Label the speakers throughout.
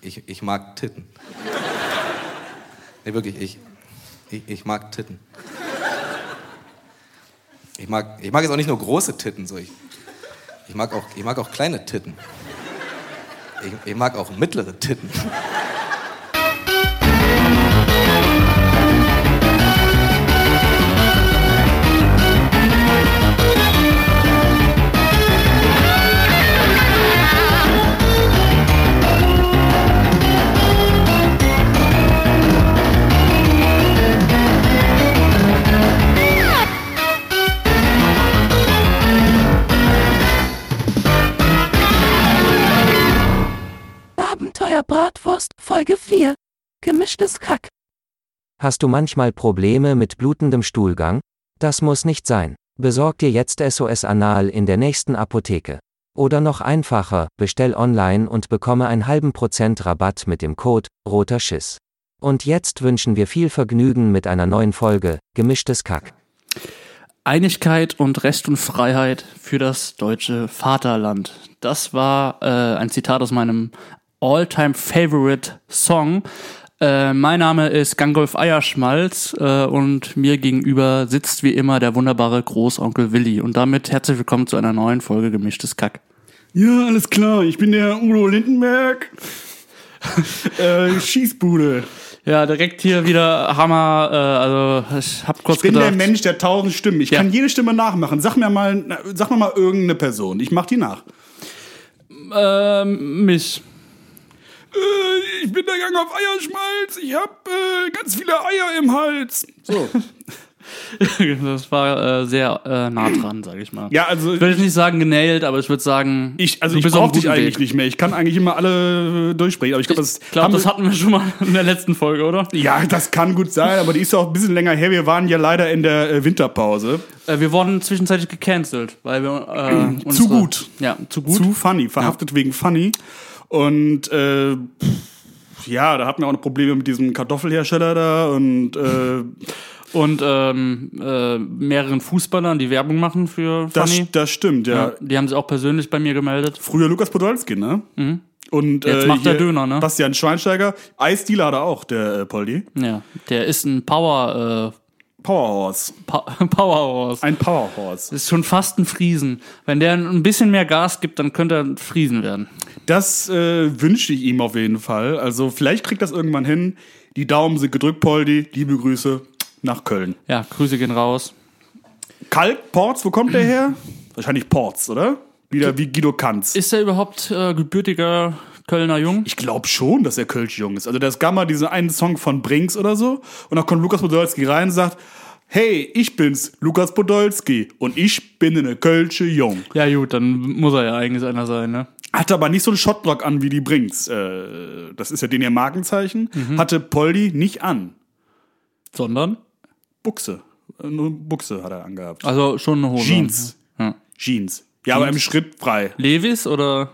Speaker 1: ich, ich mag Titten. Nee, wirklich, ich, ich, ich mag Titten. Ich mag, ich mag jetzt auch nicht nur große Titten, so ich, ich, mag, auch, ich mag auch kleine Titten. Ich, ich mag auch mittlere Titten.
Speaker 2: Abenteuer Bratwurst, Folge 4. Gemischtes Kack.
Speaker 3: Hast du manchmal Probleme mit blutendem Stuhlgang? Das muss nicht sein. Besorg dir jetzt SOS Anal in der nächsten Apotheke. Oder noch einfacher, bestell online und bekomme einen halben Prozent Rabatt mit dem Code Roter Schiss. Und jetzt wünschen wir viel Vergnügen mit einer neuen Folge, gemischtes Kack.
Speaker 4: Einigkeit und Recht und Freiheit für das deutsche Vaterland. Das war äh, ein Zitat aus meinem All-Time-Favorite-Song. Äh, mein Name ist Gangolf Eierschmalz äh, und mir gegenüber sitzt wie immer der wunderbare Großonkel Willi. Und damit herzlich willkommen zu einer neuen Folge Gemischtes Kack.
Speaker 5: Ja, alles klar. Ich bin der Udo Lindenberg. äh, Schießbude.
Speaker 4: Ja, direkt hier wieder Hammer. Äh, also ich hab kurz
Speaker 5: Ich bin
Speaker 4: gedacht.
Speaker 5: der Mensch der tausend Stimmen. Ich
Speaker 4: Ja.
Speaker 5: kann jede Stimme nachmachen. Sag mir mal, na, sag mir mal irgendeine Person. Ich mach die nach.
Speaker 4: Ähm, mich.
Speaker 5: Äh, ich bin der Gang auf Eierschmalz. Ich hab äh, ganz viele Eier im Hals. So.
Speaker 4: das war äh, sehr äh, nah dran, sag ich mal.
Speaker 5: Ja, also
Speaker 4: Ich würde jetzt nicht sagen genailt, aber ich würde sagen,
Speaker 5: ich, also
Speaker 4: du
Speaker 5: ich
Speaker 4: bist auf
Speaker 5: brauch
Speaker 4: einem
Speaker 5: dich
Speaker 4: guten
Speaker 5: eigentlich
Speaker 4: Weg.
Speaker 5: nicht mehr. Ich kann eigentlich immer alle äh, durchsprechen. Aber ich glaube, das,
Speaker 4: Ich glaube,
Speaker 5: haben
Speaker 4: das
Speaker 5: wir-
Speaker 4: hatten wir schon mal in der letzten Folge, oder?
Speaker 5: Ja, das kann gut sein, aber die ist ja auch ein bisschen länger her. Wir waren ja leider in der äh, Winterpause.
Speaker 4: Äh, wir wurden zwischenzeitlich gecancelt, weil wir äh, unsere,
Speaker 5: gut.
Speaker 4: Ja, zu gut.
Speaker 5: Zu funny, verhaftet wegen funny. Und äh, pff, ja, da hatten wir auch noch Probleme mit diesem Kartoffelhersteller da und äh,
Speaker 4: und ähm, äh, mehreren Fußballern, die Werbung machen für
Speaker 5: das,
Speaker 4: Funny.
Speaker 5: das stimmt, ja.
Speaker 4: Ja, die haben sich auch persönlich bei mir gemeldet.
Speaker 5: Früher Lukas Podolski, ne? Und
Speaker 4: Mhm. Jetzt
Speaker 5: äh,
Speaker 4: macht der
Speaker 5: hier
Speaker 4: Döner, ne?
Speaker 5: Bastian Schweinsteiger, Eisdealer hat er auch, der äh, Poldi.
Speaker 4: Ja, der ist ein Power
Speaker 5: Powerhorse.
Speaker 4: äh, pa Powerhouse.
Speaker 5: Ein Powerhorse.
Speaker 4: Ist schon fast ein Friesen. Wenn der ein bisschen mehr Gas gibt, dann könnte er ein Friesen werden.
Speaker 5: Das äh, wünsche ich ihm auf jeden Fall. Also vielleicht kriegt das irgendwann hin. Die Daumen sind gedrückt, Poldi. Liebe Grüße nach Köln.
Speaker 4: Ja, Grüße gehen raus.
Speaker 5: Kalk, Ports, wo kommt der her? Wahrscheinlich Ports, oder? Wieder wie Guido Kanz.
Speaker 4: Ist er überhaupt äh, gebürtiger Kölner Jung?
Speaker 5: Ich glaube schon, dass er Kölsch-Jung ist. Also, das gab mal diesen einen Song von Brinks oder so. Und dann kommt Lukas Podolski rein und sagt: Hey, ich bin's, Lukas Podolski. Und ich bin eine Kölsche Jung.
Speaker 4: Ja gut, dann muss er ja eigentlich einer sein, ne?
Speaker 5: Hatte aber nicht so einen Schottblock an wie die Brinks. Äh, das ist ja den ihr Markenzeichen.
Speaker 4: Mhm.
Speaker 5: Hatte Poldi nicht an.
Speaker 4: Sondern?
Speaker 5: Buchse. Äh, Nur Buchse hat er angehabt.
Speaker 4: Also schon eine Hose.
Speaker 5: Jeans.
Speaker 4: Ja.
Speaker 5: Jeans. Ja, aber im Schritt frei.
Speaker 4: Levis oder?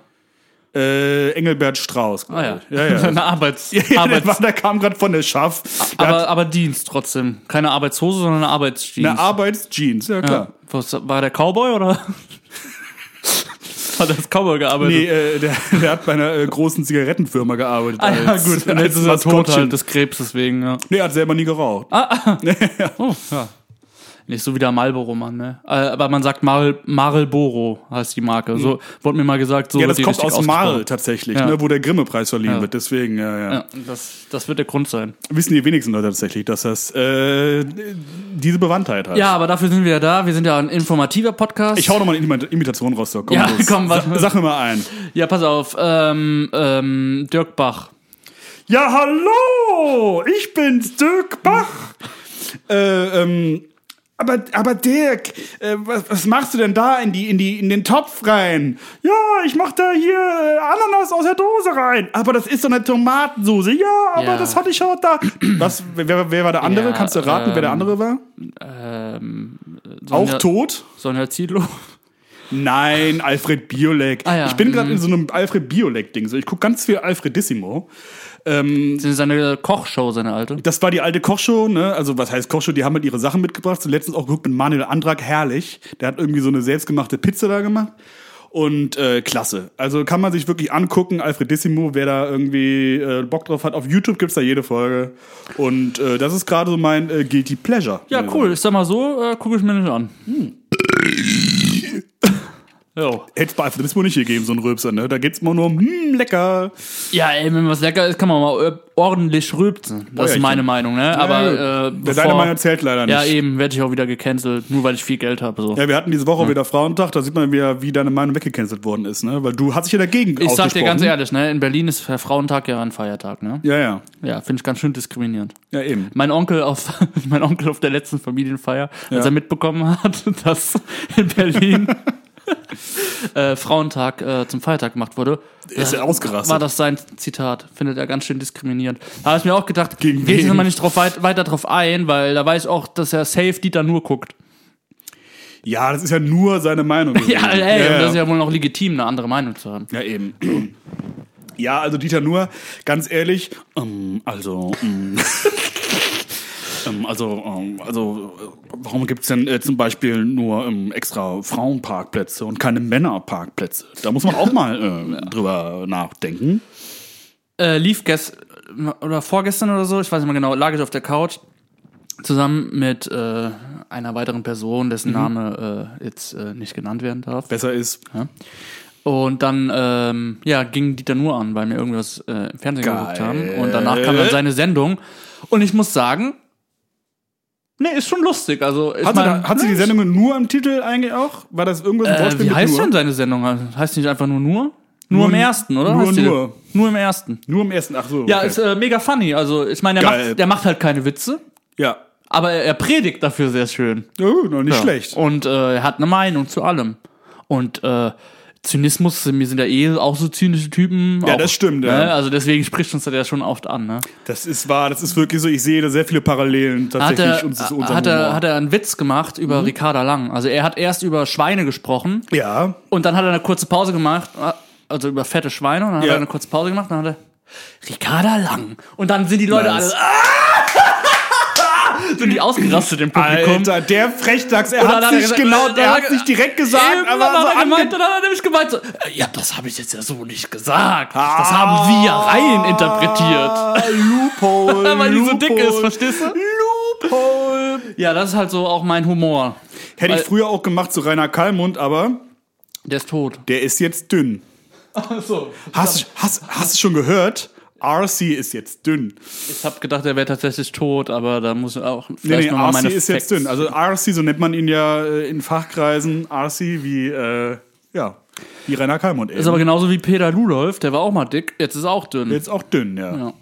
Speaker 5: Äh, Engelbert Strauß. glaub
Speaker 4: Ah ja.
Speaker 5: ich. ja, ja.
Speaker 4: eine Arbeits...
Speaker 5: Ja, der,
Speaker 4: Arbeits
Speaker 5: war, der kam gerade von der Schaff. Der hat
Speaker 4: aber, aber Dienst trotzdem. Keine Arbeitshose, sondern eine Arbeitsjeans.
Speaker 5: eine Arbeitsjeans, ja klar.
Speaker 4: ja. Was, war der Cowboy oder? hat das Cowboy gearbeitet?
Speaker 5: Nee, äh, der, der hat bei einer äh, großen Zigarettenfirma gearbeitet.
Speaker 4: Ah, ja, gut. Und jetzt ist er tot
Speaker 5: Maskottchen.
Speaker 4: halt Ah. des Krebs, deswegen, ja.
Speaker 5: Nee, er hat selber nie geraucht.
Speaker 4: Oh, ja. Nicht so wie der Marlboro-Mann, ne? Äh, Aber man sagt Marl Marlboro heißt die Marke. So wurde mir mal gesagt, so
Speaker 5: Hm. ja,
Speaker 4: wird
Speaker 5: das
Speaker 4: die
Speaker 5: kommt
Speaker 4: richtig
Speaker 5: aus Marl
Speaker 4: ausgesprochen.
Speaker 5: tatsächlich,
Speaker 4: Ja.
Speaker 5: ne, wo der Grimme-Preis verliehen
Speaker 4: Ja.
Speaker 5: wird. Deswegen, ja, ja.
Speaker 4: Ja, das, das wird der Grund sein.
Speaker 5: Wissen die wenigsten Leute tatsächlich, dass das äh, diese Bewandtheit hat.
Speaker 4: Ja, aber dafür sind wir ja da. Wir sind ja ein informativer Podcast.
Speaker 5: Ich hau nochmal eine Imita- Imitation raus. So. Komm,
Speaker 4: Ja,
Speaker 5: los.
Speaker 4: komm,
Speaker 5: Sa
Speaker 4: warte.
Speaker 5: sag mir mal ein.
Speaker 4: Ja, pass auf. Ähm, ähm, Dirk Bach.
Speaker 5: Ja, hallo! Ich bin's, Dirk Bach! Äh, ähm, aber, aber Dirk, äh, was, was machst du denn da in, die, in, die, in den Topf rein? Ja, ich mach da hier äh, Ananas aus der Dose rein. Aber das ist so eine Tomatensoße. Ja, aber
Speaker 4: Ja.
Speaker 5: das hatte ich auch da. Was, wer, wer war der andere?
Speaker 4: Ja,
Speaker 5: Kannst du raten, wer
Speaker 4: ähm,
Speaker 5: der andere war?
Speaker 4: Ähm,
Speaker 5: Auch
Speaker 4: Sonja-
Speaker 5: tot?
Speaker 4: Sonja Ziedlow.
Speaker 5: Nein, Alfred Biolek.
Speaker 4: Ah, ja,
Speaker 5: Ich bin gerade in so einem Alfred Biolek-Ding. So, ich guck ganz viel Alfredissimo. Ähm,
Speaker 4: Das ist seine Kochshow, seine alte.
Speaker 5: Das war die alte Kochshow, ne? Also, was heißt Kochshow? Die haben halt ihre Sachen mitgebracht. Zuletzt auch geguckt mit Manuel Andrack, herrlich. Der hat irgendwie so eine selbstgemachte Pizza da gemacht. Und äh, klasse. Also kann man sich wirklich angucken. Alfredissimo, wer da irgendwie äh, Bock drauf hat. Auf YouTube gibt's da jede Folge. Und äh, das ist gerade so mein äh, Guilty Pleasure.
Speaker 4: Ja, cool. Ich sag mal so, äh, gucke ich mir nicht an.
Speaker 5: Hm.
Speaker 4: Jo.
Speaker 5: Hätte es bei Alfredissimo nicht gegeben, so ein Rülpser, ne? Da geht's immer nur um, hm, lecker.
Speaker 4: Ja, ey, wenn was lecker ist, kann man mal äh, ordentlich rülpsen. Das
Speaker 5: ja,
Speaker 4: ist meine
Speaker 5: ich-
Speaker 4: Meinung, ne? Aber äh,
Speaker 5: Der deine Meinung zählt leider nicht.
Speaker 4: Ja, eh. eben, werde ich auch wieder gecancelt, nur weil ich viel Geld habe. So.
Speaker 5: Ja, wir hatten diese Woche wieder Frauentag, da sieht man wieder, wie deine Meinung weggecancelt worden ist, ne? Weil du hast dich ja dagegen
Speaker 4: ich sag dir
Speaker 5: ausgesprochen.
Speaker 4: ganz ehrlich, ne? In Berlin ist der Frauentag ja ein Feiertag, ne?
Speaker 5: Ja, ja.
Speaker 4: Ja, finde ich ganz schön diskriminierend.
Speaker 5: Ja, eben.
Speaker 4: Mein Onkel auf, mein Onkel auf der letzten Familienfeier, als
Speaker 5: Ja.
Speaker 4: er mitbekommen hat, dass in Berlin äh, Frauentag äh, zum Feiertag gemacht wurde,
Speaker 5: Ist er ausgerastet.
Speaker 4: Äh, war das sein Zitat. Findet er ganz schön diskriminierend. Da habe ich mir auch gedacht,
Speaker 5: Gegen
Speaker 4: wir
Speaker 5: wen?
Speaker 4: sind mal nicht drauf weit, weiter drauf ein, weil da weiß ich auch, dass er safe Dieter nur guckt.
Speaker 5: Ja, das ist ja nur seine Meinung.
Speaker 4: Ja, ey,
Speaker 5: ja,
Speaker 4: und das ist
Speaker 5: ja.
Speaker 4: ja wohl noch legitim, eine andere Meinung zu haben.
Speaker 5: ja, eben. Ja, also Dieter Nuhr, ganz ehrlich, ähm, also, ähm, ähm, also, ähm, also, äh, warum gibt's denn äh, zum Beispiel nur ähm, extra Frauenparkplätze und keine Männerparkplätze? Da muss man auch mal äh, drüber nachdenken.
Speaker 4: äh, lief gestern oder vorgestern oder so, ich weiß nicht mehr genau, lag ich auf der Couch zusammen mit äh, einer weiteren Person, dessen
Speaker 5: Mhm.
Speaker 4: Name äh, jetzt äh, nicht genannt werden darf.
Speaker 5: Besser ist,
Speaker 4: Und dann ähm, ja, ging Dieter Nur an, weil wir irgendwas äh, im Fernsehen
Speaker 5: Geil.
Speaker 4: geguckt haben. Und danach kam dann seine Sendung. Und ich muss sagen, nee, ist schon lustig. Also, ich
Speaker 5: Hat, sie,
Speaker 4: mein,
Speaker 5: da, hat sie die Sendung nur im Titel eigentlich auch? War das irgendwas im
Speaker 4: äh,
Speaker 5: Wortspiel
Speaker 4: wie
Speaker 5: mit
Speaker 4: heißt
Speaker 5: nur?
Speaker 4: denn seine Sendung? Heißt die nicht einfach nur Nur? Nur,
Speaker 5: Nur-
Speaker 4: im ersten, oder?
Speaker 5: Nur
Speaker 4: Heißt die-
Speaker 5: Nur.
Speaker 4: Nur im ersten.
Speaker 5: Nur im ersten, ach so.
Speaker 4: Ja,
Speaker 5: okay.
Speaker 4: ist äh, mega funny. Also, ich meine, der
Speaker 5: Geil.
Speaker 4: macht, der macht halt keine Witze,
Speaker 5: ja.
Speaker 4: aber er, er predigt dafür sehr schön.
Speaker 5: Ja, gut, noch nicht schlecht.
Speaker 4: Und äh, er hat eine Meinung zu allem. Und äh, Zynismus, wir sind ja eh auch so zynische Typen.
Speaker 5: Ja,
Speaker 4: auch,
Speaker 5: das stimmt, ja.
Speaker 4: Ne? Also deswegen spricht uns das ja schon oft an. Ne?
Speaker 5: Das ist wahr, das ist wirklich so, ich sehe da sehr viele Parallelen
Speaker 4: Hat,
Speaker 5: tatsächlich.
Speaker 4: er, äh,
Speaker 5: und zu unserem
Speaker 4: hat, er,
Speaker 5: Humor. Mhm.
Speaker 4: hat er einen Witz gemacht über Ricarda Lang. Also er hat erst über Schweine gesprochen
Speaker 5: ja,
Speaker 4: und dann hat er eine kurze Pause gemacht, also über fette Schweine und dann hat
Speaker 5: Ja.
Speaker 4: er eine kurze Pause gemacht und dann hat er Ricarda Lang. Und dann sind die Leute
Speaker 5: Nice.
Speaker 4: alle ah! sind die ausgerastet im Publikum.
Speaker 5: Alter, der Frechdachs, er
Speaker 4: Und dann
Speaker 5: hat
Speaker 4: hat er
Speaker 5: sich
Speaker 4: gesagt-
Speaker 5: genau,
Speaker 4: dann
Speaker 5: er
Speaker 4: hat
Speaker 5: hat
Speaker 4: er-
Speaker 5: nicht direkt gesagt,
Speaker 4: Eben,
Speaker 5: aber
Speaker 4: dann
Speaker 5: so
Speaker 4: hat er
Speaker 5: ange-
Speaker 4: gemeint, dann hat er nämlich gemeint, so, äh, ja, das habe ich jetzt ja so nicht gesagt. Das haben wir rein interpretiert.
Speaker 5: Ah, Loophole,
Speaker 4: Weil die so dick ist,
Speaker 5: Loophole,
Speaker 4: verstehst du?
Speaker 5: Loophole.
Speaker 4: Ja, das ist halt so auch mein Humor.
Speaker 5: Hätte ich
Speaker 4: Weil-
Speaker 5: früher auch gemacht zu Rainer Kallmund, aber
Speaker 4: Der ist tot.
Speaker 5: der ist jetzt dünn.
Speaker 4: Achso.
Speaker 5: Hast, hast, hast du schon gehört? RC ist jetzt dünn.
Speaker 4: Ich habe gedacht, er wäre tatsächlich tot, aber da muss ich auch
Speaker 5: Nee,
Speaker 4: vielleicht
Speaker 5: nee,
Speaker 4: noch mal
Speaker 5: RC
Speaker 4: meine
Speaker 5: ist jetzt
Speaker 4: Facts-
Speaker 5: dünn. Also RC, so nennt man ihn ja äh, in Fachkreisen, RC wie, äh, ja, wie Rainer Kalmund eben.
Speaker 4: Ist aber genauso wie Peter Ludolf, der war auch mal dick, jetzt ist er auch dünn.
Speaker 5: jetzt auch dünn, ja.
Speaker 4: Ja.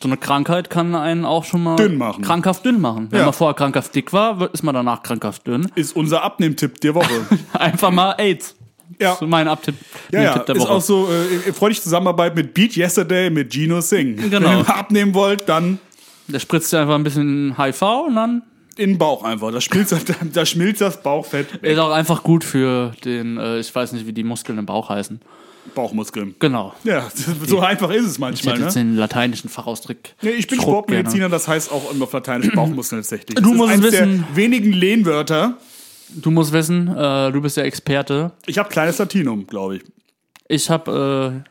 Speaker 4: So eine Krankheit kann einen auch schon mal
Speaker 5: Dünn machen.
Speaker 4: krankhaft dünn machen. Wenn
Speaker 5: Ja.
Speaker 4: man vorher krankhaft dick war, wird- ist man danach krankhaft dünn.
Speaker 5: Ist unser Abnehmtipp der Woche.
Speaker 4: Einfach mal AIDS.
Speaker 5: Ja.
Speaker 4: Das ist mein Abtipp.
Speaker 5: ja,
Speaker 4: mein
Speaker 5: ja,
Speaker 4: Tipp der
Speaker 5: ist
Speaker 4: Woche.
Speaker 5: auch so, äh, freudig Zusammenarbeit mit Beat Yesterday, mit Gino Singh.
Speaker 4: Genau.
Speaker 5: Wenn ihr mal abnehmen wollt, dann
Speaker 4: Der spritzt dir einfach ein bisschen HIV und dann
Speaker 5: in den Bauch einfach. Da, schmilzt, da schmilzt das Bauchfett,
Speaker 4: ist auch einfach gut für den, äh, ich weiß nicht, wie die Muskeln im Bauch heißen.
Speaker 5: Bauchmuskeln.
Speaker 4: Genau.
Speaker 5: Ja, so einfach ist es
Speaker 4: Ich
Speaker 5: manchmal,
Speaker 4: hätte jetzt
Speaker 5: ne?
Speaker 4: den lateinischen Fachausdruck.
Speaker 5: Nee, ich bin
Speaker 4: Druck
Speaker 5: Sportmediziner, das heißt auch auf Lateinisch Bauchmuskeln tatsächlich. Das
Speaker 4: musst
Speaker 5: ist
Speaker 4: es
Speaker 5: eins
Speaker 4: wissen.
Speaker 5: der wenigen Lehnwörter.
Speaker 4: gerne. Du musst wissen, äh, du bist der Experte.
Speaker 5: Ich habe kleines Latinum, glaube ich.
Speaker 4: Ich habe,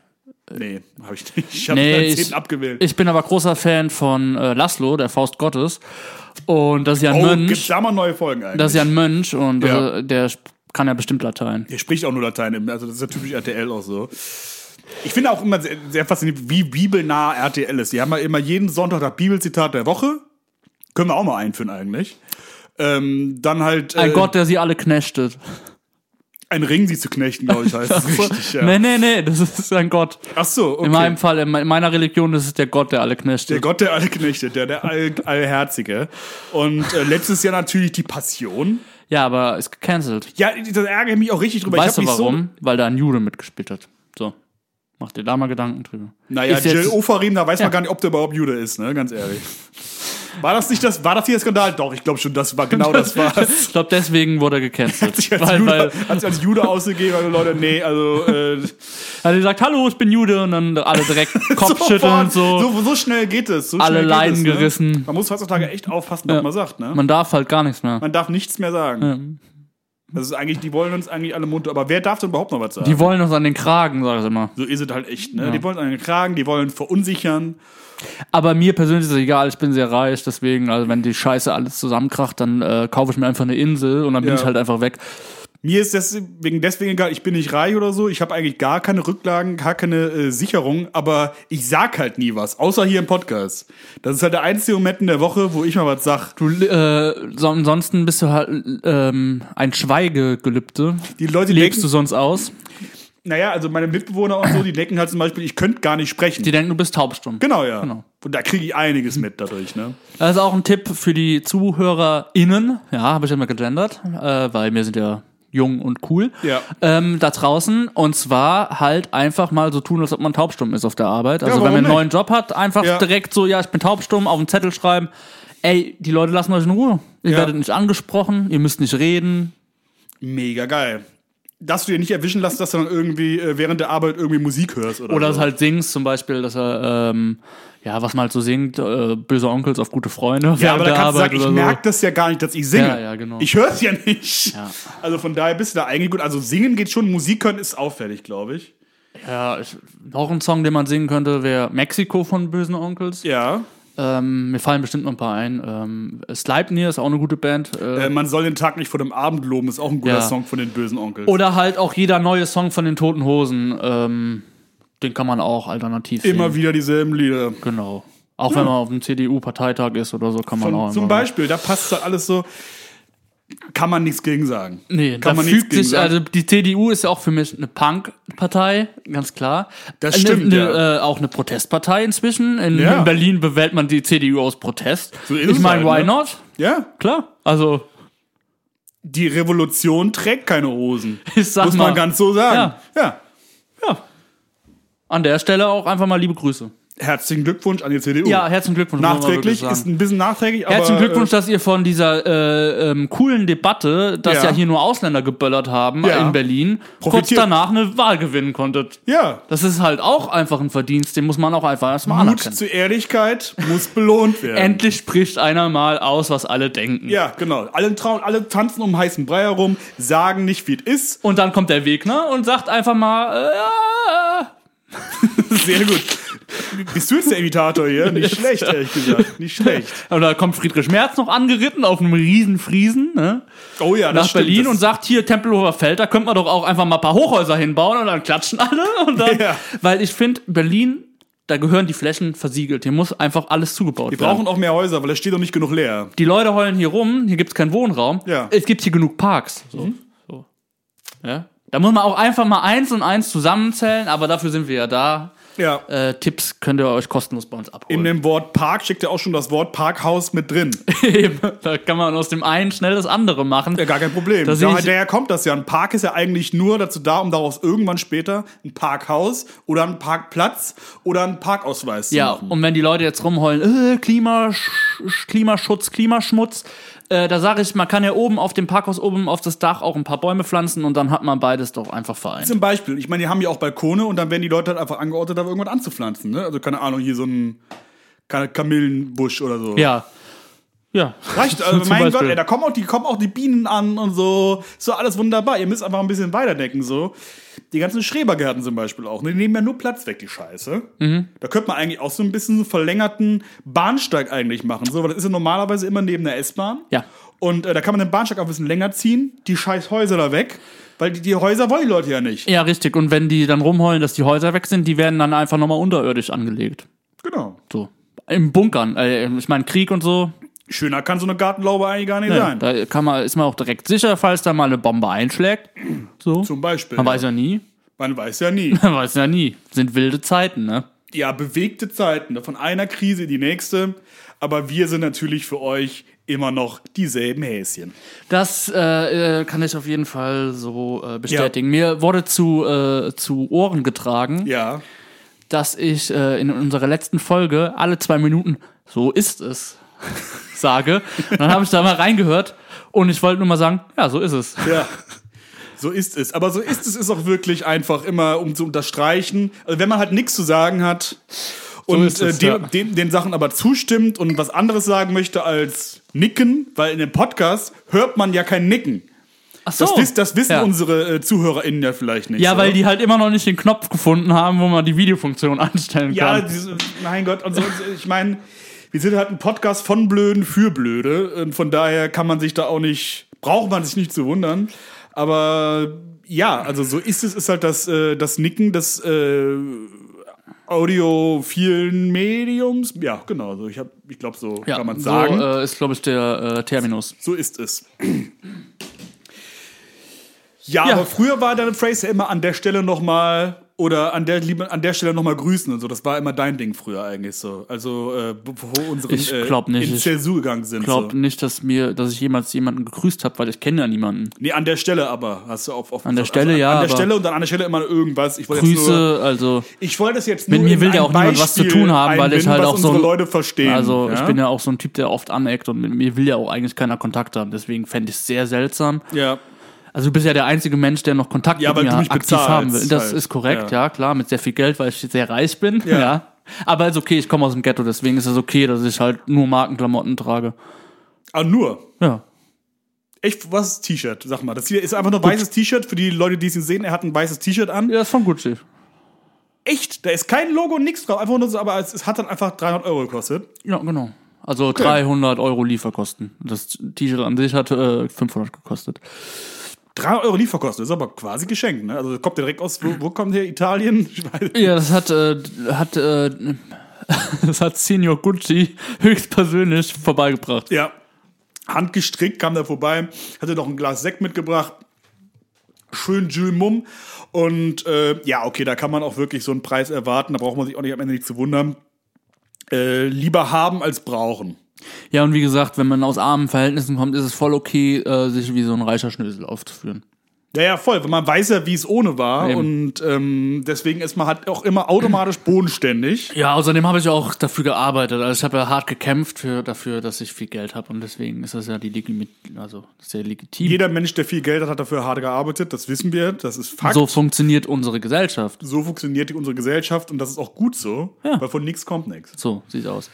Speaker 5: Nee, habe ich nicht. Ich habe
Speaker 4: Nee,
Speaker 5: nee,
Speaker 4: ich-
Speaker 5: 10 abgewählt.
Speaker 4: äh, ich bin aber großer Fan von äh, Laszlo, der Faust Gottes. Und das ist ja ein
Speaker 5: oh, gibt's
Speaker 4: Mönch.
Speaker 5: da mal neue Folgen eigentlich?
Speaker 4: Das ist ja ein Mönch und
Speaker 5: Ja.
Speaker 4: äh, der sp- kann ja bestimmt Latein.
Speaker 5: Der spricht auch nur Latein, im- also das ist ja typisch RTL auch so. Ich finde auch immer sehr, sehr faszinierend, wie bibelnah RTL ist. Die haben ja immer jeden Sonntag das Bibelzitat der Woche. Können wir auch mal einführen eigentlich. Ähm, dann halt
Speaker 4: Ein
Speaker 5: äh,
Speaker 4: Gott, der sie alle knechtet.
Speaker 5: ein Ring sie zu knechten, glaube ich, heißt es richtig. Ja.
Speaker 4: Nee, nee, nee, das ist ein Gott.
Speaker 5: Ach so, okay.
Speaker 4: In meinem Fall, in me- meiner Religion, das ist der Gott, der alle knechtet.
Speaker 5: Der Gott der alle knechtet, der der All Allherzige. Und äh, letztes Jahr natürlich die Passion.
Speaker 4: Ja, aber ist gecancelt.
Speaker 5: Ja, das ärgere ich mich auch richtig drüber.
Speaker 4: weißt
Speaker 5: ich
Speaker 4: du
Speaker 5: hab mich So,
Speaker 4: warum? Weil da ein Jude mitgespielt hat. So. Mach dir da mal Gedanken drüber.
Speaker 5: Naja,
Speaker 4: Ist
Speaker 5: Jill
Speaker 4: jetzt-
Speaker 5: Ofarim, da weiß man gar nicht, ob der überhaupt Jude ist, ne? Ganz ehrlich. War das nicht das, war das hier der Skandal? Doch, ich glaube schon, das war genau das war. Als,
Speaker 4: Ich glaube, deswegen wurde er gecancelt. weil, weil
Speaker 5: Jude, als, als Jude ausgegeben, also Leute, nee, also äh,
Speaker 4: hat er gesagt, hallo, ich bin Jude und dann alle direkt Kopfschütteln und so.
Speaker 5: so. so schnell geht es. So
Speaker 4: Alle
Speaker 5: schnell geht
Speaker 4: Leiden
Speaker 5: es, Ne?
Speaker 4: gerissen.
Speaker 5: Man muss heutzutage echt aufpassen, was man sagt, ne?
Speaker 4: Man darf halt gar nichts mehr.
Speaker 5: Man darf nichts mehr sagen. Das ist eigentlich, die wollen uns eigentlich alle munter. Aber wer darf denn überhaupt noch was sagen?
Speaker 4: Die wollen uns an den Kragen, sag ich immer.
Speaker 5: so ist es halt echt, ne? Die wollen einen Kragen, die wollen verunsichern.
Speaker 4: Aber mir persönlich ist es egal, ich bin sehr reich, deswegen, also wenn die Scheiße alles zusammenkracht, dann äh, kaufe ich mir einfach eine Insel und dann bin
Speaker 5: Ja.
Speaker 4: ich halt einfach weg.
Speaker 5: Mir ist deswegen, deswegen egal, ich bin nicht reich oder so, ich habe eigentlich gar keine Rücklagen, gar keine äh, Sicherung, aber ich sag halt nie was, außer hier im Podcast. Das ist halt der einzige Moment in der Woche, wo ich mal was sag.
Speaker 4: Du, äh, so, ansonsten bist du halt ähm, ein Schweigegelübde.
Speaker 5: Die Leute
Speaker 4: Lebst
Speaker 5: denken-
Speaker 4: du sonst aus?
Speaker 5: Naja, also meine Mitbewohner und so, die denken halt zum Beispiel, ich könnte gar nicht sprechen.
Speaker 4: Die denken, du bist taubstumm.
Speaker 5: genau, ja.
Speaker 4: Genau.
Speaker 5: Und da kriege ich einiges mit dadurch, ne?
Speaker 4: Das ist auch ein Tipp für die ZuhörerInnen. Ja, habe ich immer gegendert, äh, weil wir sind ja jung und cool.
Speaker 5: Ja.
Speaker 4: Ähm, da draußen. Und zwar halt einfach mal so tun, als ob man taubstumm ist auf der Arbeit. Also
Speaker 5: warum
Speaker 4: wenn man einen
Speaker 5: nicht?
Speaker 4: neuen Job hat, einfach
Speaker 5: Ja.
Speaker 4: direkt so, ja, ich bin taubstumm, auf den Zettel schreiben. Ey, die Leute lassen euch in Ruhe. Ihr
Speaker 5: Ja.
Speaker 4: werdet nicht angesprochen, ihr müsst nicht reden.
Speaker 5: Mega geil. Dass du dir nicht erwischen lässt, dass du dann irgendwie äh, während der Arbeit irgendwie Musik hörst oder,
Speaker 4: Oder
Speaker 5: so.
Speaker 4: halt singst zum Beispiel, dass er, ähm, ja, was man halt so singt, äh, böse Onkels auf gute Freunde.
Speaker 5: Ja,
Speaker 4: während
Speaker 5: aber da
Speaker 4: der
Speaker 5: kannst du
Speaker 4: Arbeit
Speaker 5: sagen, ich
Speaker 4: oder so.
Speaker 5: merke das ja gar nicht, dass ich singe.
Speaker 4: Ja, ja, genau.
Speaker 5: Ich höre es ja nicht. Also von daher bist du da eigentlich gut. Also singen geht schon, Musik können ist auffällig, glaube ich.
Speaker 4: Ja, ich, noch ein Song, den man singen könnte, wäre Mexiko von Bösen Onkels.
Speaker 5: Ja.
Speaker 4: Ähm, mir fallen bestimmt noch ein paar ein. Ähm, Sleipnir ist auch eine gute Band. Äh,
Speaker 5: Äh, man soll den Tag nicht vor dem Abend loben, ist auch ein guter
Speaker 4: Ja.
Speaker 5: Song von den bösen Onkels.
Speaker 4: oder halt auch jeder neue Song von den Toten Hosen. Ähm, den kann man auch alternativ
Speaker 5: Immer
Speaker 4: singen.
Speaker 5: wieder dieselben Lieder.
Speaker 4: Genau. Auch wenn man auf dem CDU-Parteitag ist oder so, kann man auch.
Speaker 5: Von, zum
Speaker 4: einfach-
Speaker 5: Beispiel, da passt halt alles so. Kann man nichts gegen sagen.
Speaker 4: Nee,
Speaker 5: kann
Speaker 4: da
Speaker 5: man nichts
Speaker 4: fügt
Speaker 5: gegen
Speaker 4: sich,
Speaker 5: sagen.
Speaker 4: also die CDU ist ja auch für mich eine Punk-Partei, ganz klar.
Speaker 5: Das
Speaker 4: Eine-
Speaker 5: stimmt,
Speaker 4: eine,
Speaker 5: ja.
Speaker 4: äh, auch eine Protestpartei inzwischen. In,
Speaker 5: Ja.
Speaker 4: in Berlin bewählt man die CDU aus Protest.
Speaker 5: So ist
Speaker 4: ich
Speaker 5: es
Speaker 4: meine,
Speaker 5: halt,
Speaker 4: why
Speaker 5: ne?
Speaker 4: not?
Speaker 5: ja,
Speaker 4: Klar. Also,
Speaker 5: die Revolution trägt keine Hosen.
Speaker 4: ich sag
Speaker 5: Muss
Speaker 4: mal,
Speaker 5: man ganz so sagen. ja.
Speaker 4: an der Stelle auch einfach mal liebe Grüße.
Speaker 5: Herzlichen Glückwunsch an die CDU.
Speaker 4: Ja, herzlichen Glückwunsch. muss man mal wirklich
Speaker 5: Oh. nachträglich,
Speaker 4: sagen.
Speaker 5: ist ein bisschen nachträglich, aber.
Speaker 4: Herzlichen Glückwunsch,
Speaker 5: äh,
Speaker 4: dass ihr von dieser äh, ähm, coolen Debatte, dass ja.
Speaker 5: Ja.
Speaker 4: hier nur Ausländer geböllert haben
Speaker 5: Ja.
Speaker 4: in Berlin, kurz
Speaker 5: Profitiert.
Speaker 4: danach eine Wahl gewinnen konntet.
Speaker 5: ja.
Speaker 4: Das ist halt auch einfach ein Verdienst, den muss man auch einfach erstmal
Speaker 5: Mut
Speaker 4: anerkennen.
Speaker 5: zur Ehrlichkeit muss belohnt werden.
Speaker 4: Endlich spricht einer mal aus, was alle denken.
Speaker 5: ja, genau. Alle trauen, alle tanzen um heißen Brei herum, sagen nicht, wie es
Speaker 4: Und dann kommt der Wegner und sagt einfach mal, äh, ja,
Speaker 5: ist. Sehr gut. Bist du jetzt der Imitator hier? Nicht schlecht, ehrlich gesagt. Nicht schlecht.
Speaker 4: äh. Und da kommt Friedrich Merz noch angeritten auf einem riesen Friesen ne,
Speaker 5: Oh ja, das
Speaker 4: nach
Speaker 5: stimmt.
Speaker 4: Berlin
Speaker 5: das
Speaker 4: und sagt, hier, Tempelhofer Feld, da könnte man doch auch einfach mal ein paar Hochhäuser hinbauen und dann klatschen alle. Und dann,
Speaker 5: Ja.
Speaker 4: Weil ich finde, Berlin, da gehören die Flächen versiegelt. Hier muss einfach alles zugebaut
Speaker 5: Wir
Speaker 4: werden.
Speaker 5: brauchen auch mehr Häuser, weil es steht doch nicht genug leer.
Speaker 4: die Leute heulen hier rum, hier gibt's keinen Wohnraum.
Speaker 5: Ja. Mhm.
Speaker 4: Es gibt hier genug Parks. So. So. Ja. Da muss man auch einfach mal eins und eins zusammenzählen, aber dafür sind wir ja da.
Speaker 5: Ja.
Speaker 4: Äh, Tipps könnt ihr euch kostenlos bei uns
Speaker 5: In
Speaker 4: abholen.
Speaker 5: dem Wort Park steckt ja auch schon das Wort Parkhaus mit drin.
Speaker 4: Eben. da kann man aus dem einen schnell das andere machen.
Speaker 5: Ja, gar kein Problem.
Speaker 4: Da
Speaker 5: Da
Speaker 4: sehe ich-
Speaker 5: Daher kommt das ja. Ein Park ist ja eigentlich nur dazu da, um daraus irgendwann später ein Parkhaus oder ein Parkplatz oder einen Parkausweis
Speaker 4: Ja,
Speaker 5: zu machen.
Speaker 4: und wenn die Leute jetzt rumheulen, äh, Klimasch Klimaschutz, Klimaschmutz, äh, da sage ich, man kann ja oben auf dem Parkhaus, oben auf das Dach auch ein paar Bäume pflanzen und dann hat man beides doch einfach vereint.
Speaker 5: Zum Beispiel, ich meine, die haben ja auch Balkone und dann werden die Leute halt einfach angeordnet, da irgendwas anzupflanzen. Ne? Also keine Ahnung, hier so ein Ka- Kamillenbusch oder so.
Speaker 4: Ja. Ja.
Speaker 5: Reicht, also
Speaker 4: Zum
Speaker 5: mein
Speaker 4: Beispiel.
Speaker 5: Gott, ey, da kommen auch, die, kommen auch die Bienen an und so. Ist doch alles wunderbar. Ihr müsst einfach ein bisschen weiterdenken, so. Die ganzen Schrebergärten zum Beispiel auch. ne? Die nehmen ja nur Platz weg, die Scheiße.
Speaker 4: Mhm.
Speaker 5: Da könnte man eigentlich auch so ein bisschen so verlängerten Bahnsteig eigentlich machen, so. Weil das ist ja normalerweise immer neben der S-Bahn.
Speaker 4: Ja.
Speaker 5: Und äh, da kann man den Bahnsteig auch ein bisschen länger ziehen, die scheiß Häuser da weg. Weil die, die Häuser wollen die Leute ja nicht.
Speaker 4: Ja, richtig. Und wenn die dann rumheulen, dass die Häuser weg sind, die werden dann einfach nochmal unterirdisch angelegt.
Speaker 5: Genau.
Speaker 4: So. Im Bunkern. Äh, ich meine, Krieg und so. ne,
Speaker 5: Schöner kann so eine Gartenlaube eigentlich gar nicht sein.
Speaker 4: Da kann man, ist man auch direkt sicher, falls da mal eine Bombe einschlägt. So.
Speaker 5: Zum Beispiel.
Speaker 4: Man weiß ja nie.
Speaker 5: Man weiß ja nie.
Speaker 4: Man weiß ja nie. Sind wilde Zeiten, ne?
Speaker 5: ja, bewegte Zeiten, ne? von einer Krise in die nächste. Aber wir sind natürlich für euch immer noch dieselben Häschen.
Speaker 4: Das äh, äh, kann ich auf jeden Fall so äh, bestätigen. Mir wurde zu, äh, zu Ohren getragen,
Speaker 5: Ja.
Speaker 4: dass ich äh, in unserer letzten Folge alle zwei Minuten so ist es sage. Und dann habe ich da mal reingehört und ich wollte nur mal sagen, ja, so ist es.
Speaker 5: Ja. So ist es. Aber so ist es ist auch wirklich einfach immer, um zu unterstreichen. Also wenn man halt nichts zu sagen hat und
Speaker 4: ist es,
Speaker 5: äh, dem,
Speaker 4: ja.
Speaker 5: dem, den Sachen aber zustimmt und was anderes sagen möchte als nicken, weil in dem Podcast hört man ja kein Nicken.
Speaker 4: Ach so.
Speaker 5: Das, wiss, das wissen
Speaker 4: Ja.
Speaker 5: unsere äh, ZuhörerInnen ja vielleicht nicht.
Speaker 4: Ja, weil
Speaker 5: oder?
Speaker 4: die halt immer noch nicht den Knopf gefunden haben, wo man die Videofunktion einstellen
Speaker 5: Ja,
Speaker 4: kann.
Speaker 5: diese, mein Gott, und so, ich meine, wir sind halt ein Podcast von Blöden für Blöde. Und von daher kann man sich da auch nicht, braucht man sich nicht zu wundern. Aber ja, also so ist es, ist halt das, äh, das Nicken des äh, audiophilen Mediums. Ja, genau, so ich, hab- ich glaube, so kann man sagen.
Speaker 4: So äh, ist, glaube ich, der äh, Terminus.
Speaker 5: So ist es. Ja,
Speaker 4: Ja.
Speaker 5: aber früher war deine Phrase ja immer an der Stelle nochmal oder an der, lieber, an der Stelle nochmal grüßen und so. Das war immer dein Ding früher eigentlich so. Also, äh, bevor unsere äh,
Speaker 4: Ich glaub nicht.
Speaker 5: in
Speaker 4: Ich
Speaker 5: Zensur gegangen sind.
Speaker 4: Ich glaube
Speaker 5: so.
Speaker 4: nicht, dass, mir, dass ich jemals jemanden gegrüßt habe, weil ich kenne ja niemanden.
Speaker 5: Nee, an der Stelle aber. Hast du auf, auf
Speaker 4: An der
Speaker 5: also
Speaker 4: Stelle, ja,
Speaker 5: An der
Speaker 4: aber-
Speaker 5: Stelle und dann an der Stelle immer irgendwas. Ich wollte jetzt nur.
Speaker 4: Grüße, also.
Speaker 5: Ich wollte das jetzt nur.
Speaker 4: Mit mir
Speaker 5: in
Speaker 4: will ja
Speaker 5: ein
Speaker 4: auch niemand was zu
Speaker 5: Beispiel
Speaker 4: tun haben, weil ich
Speaker 5: einbinden,
Speaker 4: halt
Speaker 5: was
Speaker 4: auch so
Speaker 5: unsere
Speaker 4: ein-
Speaker 5: Leute verstehen.
Speaker 4: Also ich bin ja auch so ein Typ, der oft aneckt und mit mir will ja auch eigentlich keiner Kontakt haben. Deswegen fände ich es sehr seltsam.
Speaker 5: Ja.
Speaker 4: Also du bist ja der einzige Mensch, der noch Kontakt
Speaker 5: Ja,
Speaker 4: mit
Speaker 5: weil
Speaker 4: mir
Speaker 5: du mich
Speaker 4: aktiv
Speaker 5: bezahlst
Speaker 4: haben will. Das
Speaker 5: halt.
Speaker 4: ist korrekt, ja.
Speaker 5: Ja.
Speaker 4: klar, mit sehr viel Geld, weil ich sehr reich bin. Ja.
Speaker 5: Ja.
Speaker 4: Aber ist okay, ich komme aus dem Ghetto, deswegen ist es okay, dass ich halt nur Markenklamotten trage.
Speaker 5: Ah, nur.
Speaker 4: Ja.
Speaker 5: Echt, was ist T-Shirt? Sag mal. Das hier ist einfach nur ein weißes T-Shirt. Für die Leute, die es nicht sehen, er hat ein weißes T-Shirt an.
Speaker 4: Ja, ist von Gucci.
Speaker 5: Echt, da ist kein Logo, nix drauf. Einfach nur so, aber es, es hat dann einfach 300 Euro gekostet.
Speaker 4: Ja, genau. Also 300 Euro Lieferkosten. Das T-Shirt an sich hat äh, 500 gekostet.
Speaker 5: 300 Euro Lieferkosten, ist aber quasi geschenkt, ne? Also kommt der direkt aus, wo, wo kommt der? Italien? Ich weiß-
Speaker 4: Ja, das hat, äh, hat, äh, das hat Senior Gucci höchstpersönlich vorbeigebracht.
Speaker 5: Ja. Handgestrickt, kam da vorbei, hatte noch ein Glas Sekt mitgebracht. Schön Jules Mumm. Und äh, ja, okay, da kann man auch wirklich so einen Preis erwarten. Da braucht man sich auch nicht am Ende nicht zu wundern. Äh, lieber haben als brauchen.
Speaker 4: Ja, und wie gesagt, wenn man aus armen Verhältnissen kommt, ist es voll okay, äh, sich wie so ein reicher Schnösel aufzuführen.
Speaker 5: Ja, ja, voll. weil Man weiß ja, wie es ohne war.
Speaker 4: Eben.
Speaker 5: Und ähm, deswegen ist man halt auch immer automatisch bodenständig.
Speaker 4: Ja, außerdem habe ich auch dafür gearbeitet. Also ich habe ja hart gekämpft für, dafür, dass ich viel Geld habe. Und deswegen ist das ja die Legimit also sehr legitim.
Speaker 5: Jeder Mensch, der viel Geld hat, hat dafür hart gearbeitet. Das wissen wir. Das ist Fakt.
Speaker 4: so
Speaker 5: So,
Speaker 4: funktioniert unsere Gesellschaft.
Speaker 5: funktioniert unsere Gesellschaft und das ist auch gut so, weil von nichts kommt nichts.
Speaker 4: So sieht's aus.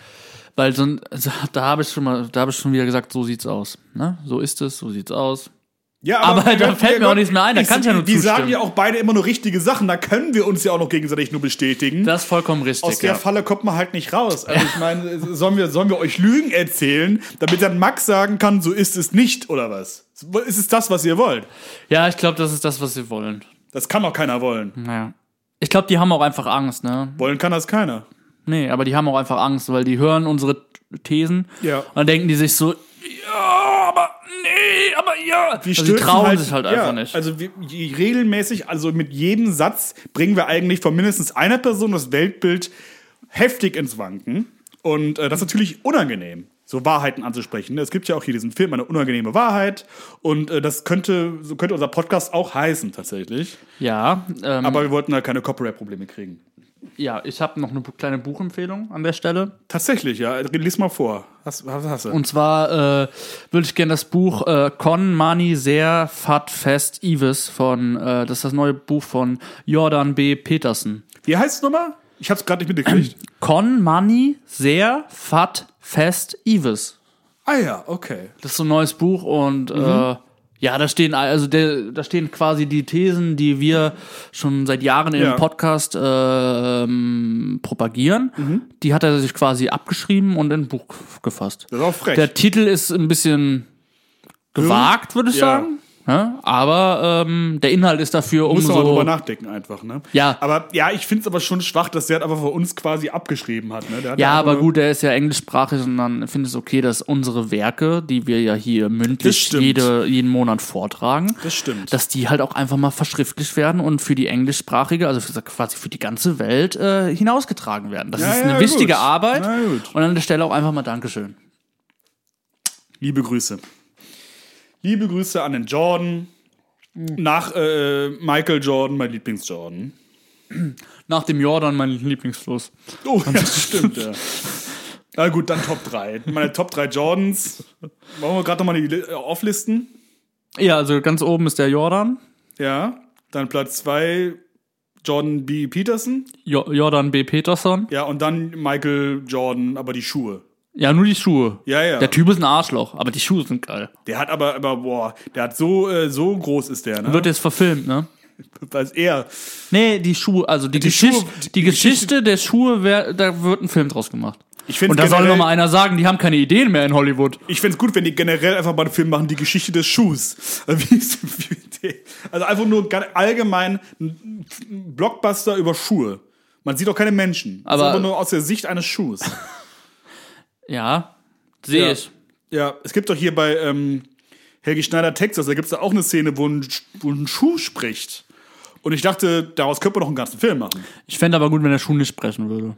Speaker 4: Weil so, ein- also, da habe ich schon mal, da habe ich schon wieder gesagt, so sieht's aus. Ne? So ist es, so sieht's aus.
Speaker 5: Ja,
Speaker 4: Aber
Speaker 5: mein
Speaker 4: da
Speaker 5: Gott,
Speaker 4: fällt
Speaker 5: mein
Speaker 4: mir auch
Speaker 5: Gott,
Speaker 4: nichts mehr ein, da kann's ja nur
Speaker 5: Die
Speaker 4: zustimmen.
Speaker 5: sagen ja auch beide immer nur richtige Sachen. Da können wir uns ja auch noch gegenseitig nur bestätigen.
Speaker 4: Das ist vollkommen richtig.
Speaker 5: Aus der
Speaker 4: ja.
Speaker 5: Falle kommt man halt nicht raus. Also ich meine, sollen wir, sollen wir euch Lügen erzählen, damit dann Max sagen kann, so ist es nicht oder was? Ist es das, was ihr wollt?
Speaker 4: ja, ich glaube, das ist das, was sie wollen.
Speaker 5: Das kann auch keiner wollen.
Speaker 4: Naja. Ich glaube, die haben auch einfach Angst, ne?
Speaker 5: Wollen kann das keiner.
Speaker 4: Nee, aber die haben auch einfach Angst, weil die hören unsere Thesen
Speaker 5: Ja.
Speaker 4: und dann denken die sich so, ja, aber nee, aber ja.
Speaker 5: Die
Speaker 4: also die
Speaker 5: stürzen
Speaker 4: trauen sich halt einfach nicht.
Speaker 5: Also wir, je- regelmäßig, also mit jedem Satz bringen wir eigentlich von mindestens einer Person das Weltbild heftig ins Wanken. Und äh, das ist natürlich unangenehm, so Wahrheiten anzusprechen. Es gibt ja auch hier diesen Film, eine unangenehme Wahrheit. Und äh, das könnte, so könnte unser Podcast auch heißen tatsächlich.
Speaker 4: ja, ähm,
Speaker 5: Aber wir wollten da keine Copyright-Probleme kriegen.
Speaker 4: ja, ich habe noch eine bu- kleine Buchempfehlung an der Stelle.
Speaker 5: Tatsächlich, ja. Lies mal vor. Hast, hast, hast du.
Speaker 4: Und zwar äh, würde ich gerne das Buch äh, Con Money sehr fat fest Evis von, äh, das ist das neue Buch von Jordan B. Peterson.
Speaker 5: Wie heißt es nochmal? Ich hab's gerade nicht mitgekriegt.
Speaker 4: Con Money sehr fat fest Evis.
Speaker 5: ah ja, okay.
Speaker 4: Das ist so ein neues Buch und äh,
Speaker 5: Mhm.
Speaker 4: ja, da stehen also der, da stehen quasi die Thesen, die wir schon seit Jahren im
Speaker 5: Ja.
Speaker 4: Podcast äh, ähm, propagieren.
Speaker 5: Mhm.
Speaker 4: Die hat er sich quasi abgeschrieben und in ein Buch gefasst.
Speaker 5: Das ist auch frech.
Speaker 4: Der Titel ist ein bisschen gewagt, würde ich
Speaker 5: Ja.
Speaker 4: sagen. Ja, aber ähm, der Inhalt ist dafür
Speaker 5: Muss man auch drüber
Speaker 4: umso.
Speaker 5: nachdenken einfach, ne?
Speaker 4: Ja.
Speaker 5: Aber ja, ich finde es aber schon schwach, dass der hat einfach vor uns quasi abgeschrieben hat, ne? Der hat
Speaker 4: Ja,
Speaker 5: einfach
Speaker 4: aber
Speaker 5: nur-
Speaker 4: gut, der ist ja englischsprachig und dann finde ich es okay, dass unsere Werke, die wir ja hier
Speaker 5: Das
Speaker 4: mündlich
Speaker 5: stimmt.
Speaker 4: jede, jeden Monat vortragen,
Speaker 5: Das stimmt.
Speaker 4: dass die halt auch einfach mal verschriftlicht werden und für die englischsprachige, also für, quasi für die ganze Welt äh, hinausgetragen werden. Das
Speaker 5: Ja,
Speaker 4: ist
Speaker 5: ja,
Speaker 4: eine
Speaker 5: gut.
Speaker 4: wichtige Arbeit.
Speaker 5: Na gut.
Speaker 4: Und an der Stelle auch einfach mal Dankeschön.
Speaker 5: Liebe Grüße. Liebe Grüße an den Jordan. Nach äh, Michael Jordan, mein Lieblings-Jordan.
Speaker 4: Nach dem Jordan mein Lieblingsfluss.
Speaker 5: Oh, ja, das stimmt, ja. Na gut, dann Top 3. Meine Top 3 Jordans. Wollen wir gerade nochmal die Li- äh, auflisten?
Speaker 4: Ja, also ganz oben ist der Jordan.
Speaker 5: Ja. Dann Platz 2 Jordan B. Peterson.
Speaker 4: Jo Jordan B. Peterson.
Speaker 5: Ja, und dann Michael Jordan, aber die Schuhe.
Speaker 4: Ja, nur die Schuhe.
Speaker 5: Ja, ja.
Speaker 4: Der Typ ist ein Arschloch, aber die Schuhe sind geil.
Speaker 5: Der hat aber, aber boah, der hat so, äh, so groß ist der, ne?
Speaker 4: Wird jetzt verfilmt, ne?
Speaker 5: Als er.
Speaker 4: Nee, die Schuhe, also die,
Speaker 5: Die
Speaker 4: Geschicht,
Speaker 5: Schuhe-
Speaker 4: die,
Speaker 5: die
Speaker 4: Geschichte der Schuhe, wär, da wird ein Film draus gemacht.
Speaker 5: Ich find's
Speaker 4: Und da soll
Speaker 5: generell-
Speaker 4: noch mal einer sagen, die haben keine Ideen mehr in Hollywood.
Speaker 5: Ich find's gut, wenn die generell einfach mal einen Film machen, die Geschichte des Schuhs. Also, wie ist- wie die- also einfach nur ganz allgemein ein Blockbuster über Schuhe. Man sieht auch keine Menschen. Das ist
Speaker 4: Aber-
Speaker 5: einfach nur aus der Sicht eines Schuhs.
Speaker 4: Ja, sehe
Speaker 5: Ja.
Speaker 4: ich.
Speaker 5: ja, es gibt doch hier bei ähm, Helgi Schneider Texas, da gibt's da auch eine Szene, wo ein, Sch- wo ein Schuh spricht. Und ich dachte, daraus könnte man noch einen ganzen Film machen.
Speaker 4: Ich fände aber gut, wenn der Schuh nicht sprechen würde.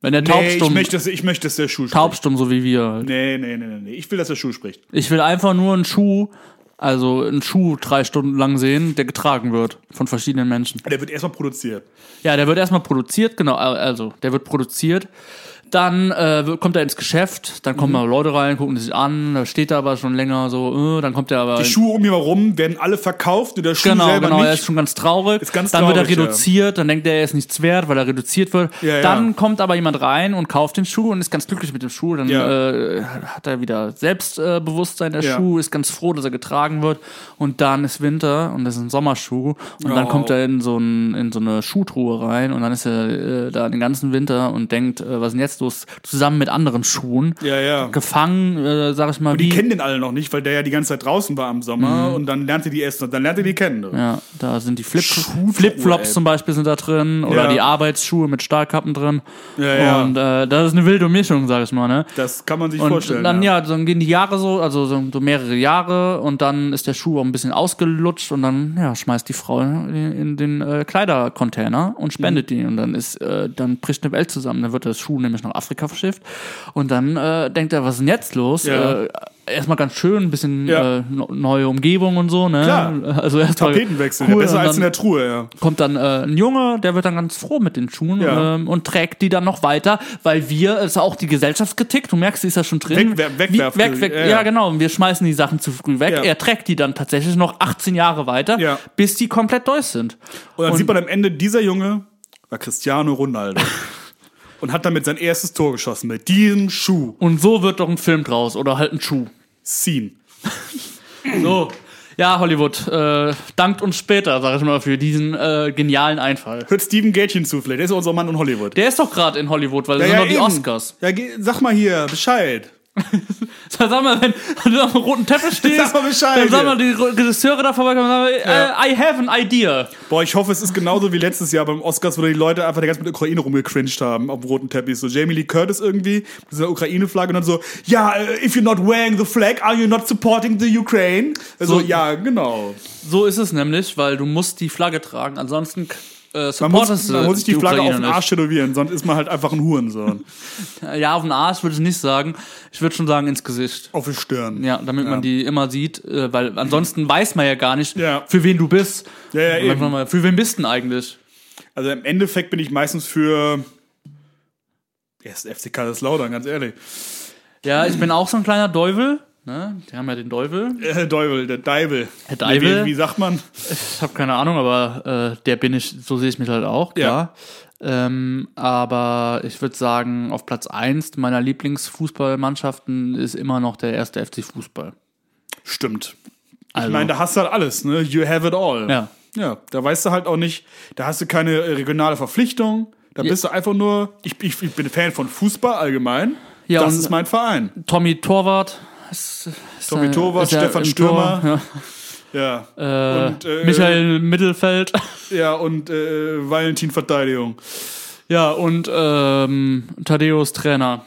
Speaker 4: Wenn der
Speaker 5: Nee, ich
Speaker 4: taubstumm,
Speaker 5: möchte, dass, ich möchte, dass der Schuh spricht.
Speaker 4: taubstumm so wie wir. halt.
Speaker 5: Nee, nee, nee, nee, nee. Ich will, dass der Schuh spricht.
Speaker 4: Ich will einfach nur einen Schuh, also einen Schuh drei Stunden lang sehen, der getragen wird von verschiedenen Menschen.
Speaker 5: Der wird erstmal produziert.
Speaker 4: Ja, der wird erstmal produziert, genau, al- also der wird produziert. Dann äh, wird- kommt er ins Geschäft, dann kommen
Speaker 5: Mhm.
Speaker 4: mal Leute rein, gucken sich an, da steht er aber schon länger so, äh, dann kommt er aber.
Speaker 5: Die Schuhe um ihn herum werden alle verkauft, nur der Schuh
Speaker 4: genau,
Speaker 5: selber
Speaker 4: genau, er
Speaker 5: nicht.
Speaker 4: ist schon ganz traurig.
Speaker 5: Ist ganz
Speaker 4: dann
Speaker 5: traurig,
Speaker 4: wird
Speaker 5: ja.
Speaker 4: er reduziert, dann denkt er, er ist nichts wert, weil er reduziert wird.
Speaker 5: Ja, ja.
Speaker 4: dann kommt aber jemand rein und kauft den Schuh und ist ganz glücklich mit dem Schuh. Dann
Speaker 5: Ja.
Speaker 4: äh, hat er wieder Selbstbewusstsein, der
Speaker 5: Ja.
Speaker 4: Schuh, ist ganz froh, dass er getragen wird. Und dann ist Winter und das ist ein Sommerschuh. Und dann
Speaker 5: Oh.
Speaker 4: kommt er in so, ein, in so eine Schuhtruhe rein und dann ist er äh, da den ganzen Winter und denkt, äh, was ist denn jetzt los? Zusammen mit anderen Schuhen.
Speaker 5: Ja, ja.
Speaker 4: Gefangen, äh, sag ich mal.
Speaker 5: Die
Speaker 4: wie-
Speaker 5: kennen den alle noch nicht, weil der ja die ganze Zeit draußen war im Sommer und dann lernte die erst, dann lernte die kennen.
Speaker 4: Mhm. Ja, da sind die Flip
Speaker 5: Schuhtruhe,
Speaker 4: Flipflops
Speaker 5: ey.
Speaker 4: zum Beispiel sind da drin oder
Speaker 5: Ja.
Speaker 4: die Arbeitsschuhe mit Stahlkappen drin.
Speaker 5: Ja, ja.
Speaker 4: Und äh, das ist eine wilde Mischung, sag ich mal, ne?
Speaker 5: Das kann man sich
Speaker 4: und
Speaker 5: vorstellen.
Speaker 4: dann ja. dann gehen die Jahre so, also so, so mehrere Jahre und dann ist der Schuh auch ein bisschen ausgelutscht und dann ja, schmeißt die Frau in, in den äh, Kleidercontainer und spendet
Speaker 5: Mhm.
Speaker 4: die und dann ist äh, dann bricht eine Welt zusammen, dann wird der Schuh nämlich nach Afrika verschifft und dann äh, denkt er, was ist denn jetzt los?
Speaker 5: Ja.
Speaker 4: Äh, erstmal ganz schön, ein bisschen
Speaker 5: Ja.
Speaker 4: äh, no- neue Umgebung und so, ne?
Speaker 5: Klar.
Speaker 4: Also erstmal
Speaker 5: Tapetenwechsel,
Speaker 4: cool,
Speaker 5: ja, besser
Speaker 4: und
Speaker 5: als in
Speaker 4: dann-
Speaker 5: der Truhe, ja.
Speaker 4: kommt dann äh, ein Junge, der wird dann ganz froh mit den Schuhen
Speaker 5: Ja.
Speaker 4: ähm, und trägt die dann noch weiter, weil wir, es ist auch die Gesellschaftskritik, du merkst, sie ist ja schon drin.
Speaker 5: Wegwer-
Speaker 4: Wie-
Speaker 5: Wegwerf-
Speaker 4: weg, weg,
Speaker 5: ja,
Speaker 4: ja,
Speaker 5: ja.
Speaker 4: genau, und wir schmeißen die Sachen zu früh weg.
Speaker 5: Ja.
Speaker 4: Er trägt die dann tatsächlich noch 18 Jahre weiter,
Speaker 5: Ja.
Speaker 4: bis die komplett durch sind.
Speaker 5: Und dann sieht man am Ende, dieser Junge war Cristiano Ronaldo. und hat damit sein erstes Tor geschossen mit diesem Schuh.
Speaker 4: Und so wird doch ein Film draus oder halt ein Schuh.
Speaker 5: Scene.
Speaker 4: So. Ja, Hollywood, äh, dankt uns später, sag ich mal, für diesen äh, genialen Einfall.
Speaker 5: Hört Steven Gage hinzu, vielleicht. Der ist unser Mann in Hollywood.
Speaker 4: Der ist doch gerade in Hollywood, weil das sind doch die
Speaker 5: eben.
Speaker 4: Oscars.
Speaker 5: Ja, geh- sag mal hier Bescheid.
Speaker 4: Sag mal, wenn du auf dem roten Teppich stehst,
Speaker 5: Sag mal Bescheid
Speaker 4: dann sagen mal die Regisseure da vorbeikommen und sagen, äh, I have an idea.
Speaker 5: Boah, ich hoffe, es ist genauso wie letztes Jahr beim Oscars, wo die Leute einfach die ganze Zeit mit Ukraine rumgecringed haben auf dem roten Teppich. So Jamie Lee Curtis irgendwie mit dieser Ukraine-Flagge und dann so, ja, äh, if you're not wearing the flag, are you not supporting the Ukraine? Also,
Speaker 4: So-
Speaker 5: ja, genau.
Speaker 4: So ist es nämlich, weil du musst die Flagge tragen, ansonsten äh,
Speaker 5: Man muss,
Speaker 4: supportest
Speaker 5: man
Speaker 4: du
Speaker 5: muss sich die, Flagge auf
Speaker 4: Ukraine
Speaker 5: den
Speaker 4: nicht.
Speaker 5: Arsch tätowieren, sonst ist man halt einfach ein Hurensohn.
Speaker 4: Ja, auf den Arsch würde ich nicht sagen. Ich würde schon sagen ins Gesicht.
Speaker 5: auf die Stirn.
Speaker 4: Ja, damit man die immer sieht, äh, weil ansonsten weiß man ja gar nicht,
Speaker 5: Ja.
Speaker 4: für wen du bist.
Speaker 5: Ja, ja,
Speaker 4: Und manchmal
Speaker 5: eben.
Speaker 4: mal, Für wen bist du denn eigentlich?
Speaker 5: Also im Endeffekt bin ich meistens für... Er ist FC Kaiserslautern, ganz ehrlich.
Speaker 4: Ja, ich bin auch so ein kleiner Teufel. Ne? Die haben ja den Teufel.
Speaker 5: Äh, Deuvel, der Deivel.
Speaker 4: Der Deivel?
Speaker 5: Wie, wie sagt man?
Speaker 4: Ich habe keine Ahnung, aber äh, der bin ich, so sehe ich mich halt auch,
Speaker 5: Ja.
Speaker 4: klar. Ähm, aber ich würde sagen, auf Platz 1 meiner Lieblingsfußballmannschaften ist immer noch der erste FC Fußball.
Speaker 5: Stimmt.
Speaker 4: Also,
Speaker 5: Ich meine, da hast du halt alles, ne? You have it all.
Speaker 4: Ja.
Speaker 5: Ja, da weißt du halt auch nicht, da hast du keine äh, regionale Verpflichtung. Da bist du einfach nur, ich, ich, ich bin Fan von Fußball allgemein.
Speaker 4: Ja,
Speaker 5: das
Speaker 4: und-
Speaker 5: ist mein Verein.
Speaker 4: Tommy Torwart. Ist, ist
Speaker 5: Tommy
Speaker 4: äh,
Speaker 5: Torwart,
Speaker 4: ist ja
Speaker 5: Stefan
Speaker 4: im
Speaker 5: Stürmer.
Speaker 4: Tor, äh,
Speaker 5: Ja.
Speaker 4: ja.
Speaker 5: Und, äh,
Speaker 4: Michael Mittelfeld.
Speaker 5: Ja, und äh, Valentin Verteidigung.
Speaker 4: ja, und ähm, Thaddeus Trainer.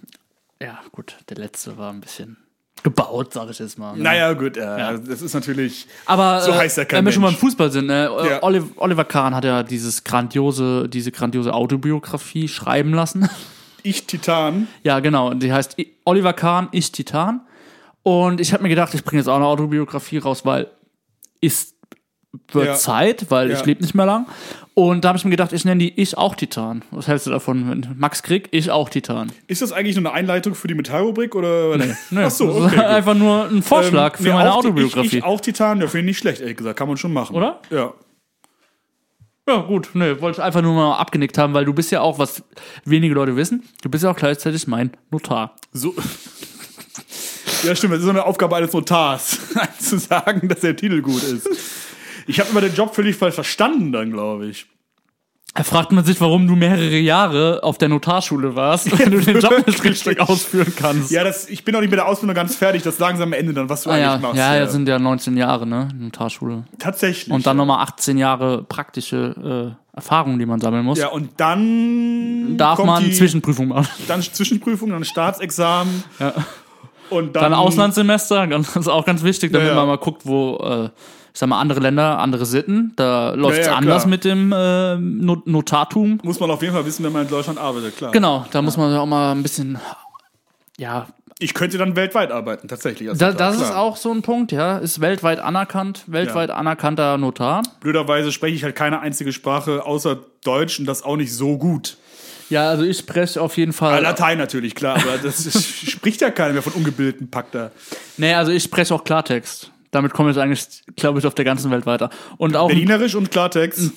Speaker 4: ja, gut, der letzte war ein bisschen gebaut, sage ich jetzt mal. ne?
Speaker 5: Naja, gut, äh, das ist natürlich.
Speaker 4: Aber
Speaker 5: So
Speaker 4: äh,
Speaker 5: heißt er kein
Speaker 4: wenn wir schon mal im
Speaker 5: Mensch.
Speaker 4: Fußball sind, ne? Äh,
Speaker 5: Ja.
Speaker 4: Oliver, Oliver Kahn hat ja dieses grandiose, diese grandiose Autobiografie schreiben lassen.
Speaker 5: Ich Titan.
Speaker 4: ja, genau. Und Die heißt I- Oliver Kahn, ich Titan. Und ich habe mir gedacht, ich bringe jetzt auch eine Autobiografie raus, weil ist wird
Speaker 5: Ja.
Speaker 4: Zeit, weil
Speaker 5: Ja.
Speaker 4: ich lebe nicht mehr lang. Und da habe ich mir gedacht, ich nenne die Ich auch Titan. Was hältst du davon? wenn Max Krieg, ich auch Titan.
Speaker 5: Ist das eigentlich nur eine Einleitung für die Metallrubrik oder? Nee.
Speaker 4: Ne,
Speaker 5: Ach so,
Speaker 4: das ist
Speaker 5: okay. gut.
Speaker 4: einfach nur ein Vorschlag
Speaker 5: Ähm,
Speaker 4: für
Speaker 5: nee,
Speaker 4: meine
Speaker 5: auch die-
Speaker 4: Autobiografie.
Speaker 5: Ich, ich auch Titan, ja, finde ich nicht schlecht, ehrlich gesagt. Kann man schon machen.
Speaker 4: Oder?
Speaker 5: Ja.
Speaker 4: Ja, gut, nee, wollte ich einfach nur mal abgenickt haben, weil du bist ja auch, was wenige Leute wissen, du bist ja auch gleichzeitig mein Notar.
Speaker 5: So. Ja, stimmt, das ist so eine Aufgabe eines Notars, zu sagen, dass der Titel gut ist. Ich habe immer den Job völlig falsch verstanden, dann glaube ich.
Speaker 4: Da fragt man sich, warum du mehrere Jahre auf der Notarschule warst, wenn du den Job nicht richtig ausführen kannst.
Speaker 5: Ja, das, ich bin auch nicht mit der Ausbildung ganz fertig, das langsam am Ende dann, was du
Speaker 4: Ah,
Speaker 5: eigentlich
Speaker 4: ja,
Speaker 5: machst.
Speaker 4: ja, ja, sind ja 19 Jahre, ne? Notarschule.
Speaker 5: Tatsächlich.
Speaker 4: Und dann nochmal 18 Jahre praktische äh, Erfahrung, die man sammeln muss.
Speaker 5: ja, und dann
Speaker 4: Darf
Speaker 5: kommt
Speaker 4: man
Speaker 5: die,
Speaker 4: Zwischenprüfung machen.
Speaker 5: dann Zwischenprüfung, dann Staatsexamen und dann,
Speaker 4: Dann Auslandssemester, ganz, das ist auch ganz wichtig, damit
Speaker 5: Ja, ja.
Speaker 4: man mal guckt, wo, äh, ich sag mal, andere Länder, andere Sitten, da läuft es
Speaker 5: ja,
Speaker 4: anders
Speaker 5: klar.
Speaker 4: mit dem äh, Not Notartum.
Speaker 5: Muss man auf jeden Fall wissen, wenn man in Deutschland arbeitet, klar.
Speaker 4: Genau, da muss man ja auch mal ein bisschen, ja,
Speaker 5: Ich könnte dann weltweit arbeiten, tatsächlich. als
Speaker 4: da,
Speaker 5: Notar,
Speaker 4: das ist
Speaker 5: klar.
Speaker 4: auch so ein Punkt, ja, ist weltweit anerkannt, weltweit anerkannter Notar.
Speaker 5: Blöderweise spreche ich halt keine einzige Sprache außer Deutsch und das auch nicht so gut.
Speaker 4: Ja, also ich spreche auf jeden Fall.
Speaker 5: Äh, Latein natürlich, klar, aber das ist, spricht ja keiner mehr von ungebildeten Pakter.
Speaker 4: Nee, also ich spreche auch Klartext. Damit komme ich eigentlich, glaube ich, auf der ganzen Welt weiter. Und auch ein,
Speaker 5: Berlinerisch und Klartext.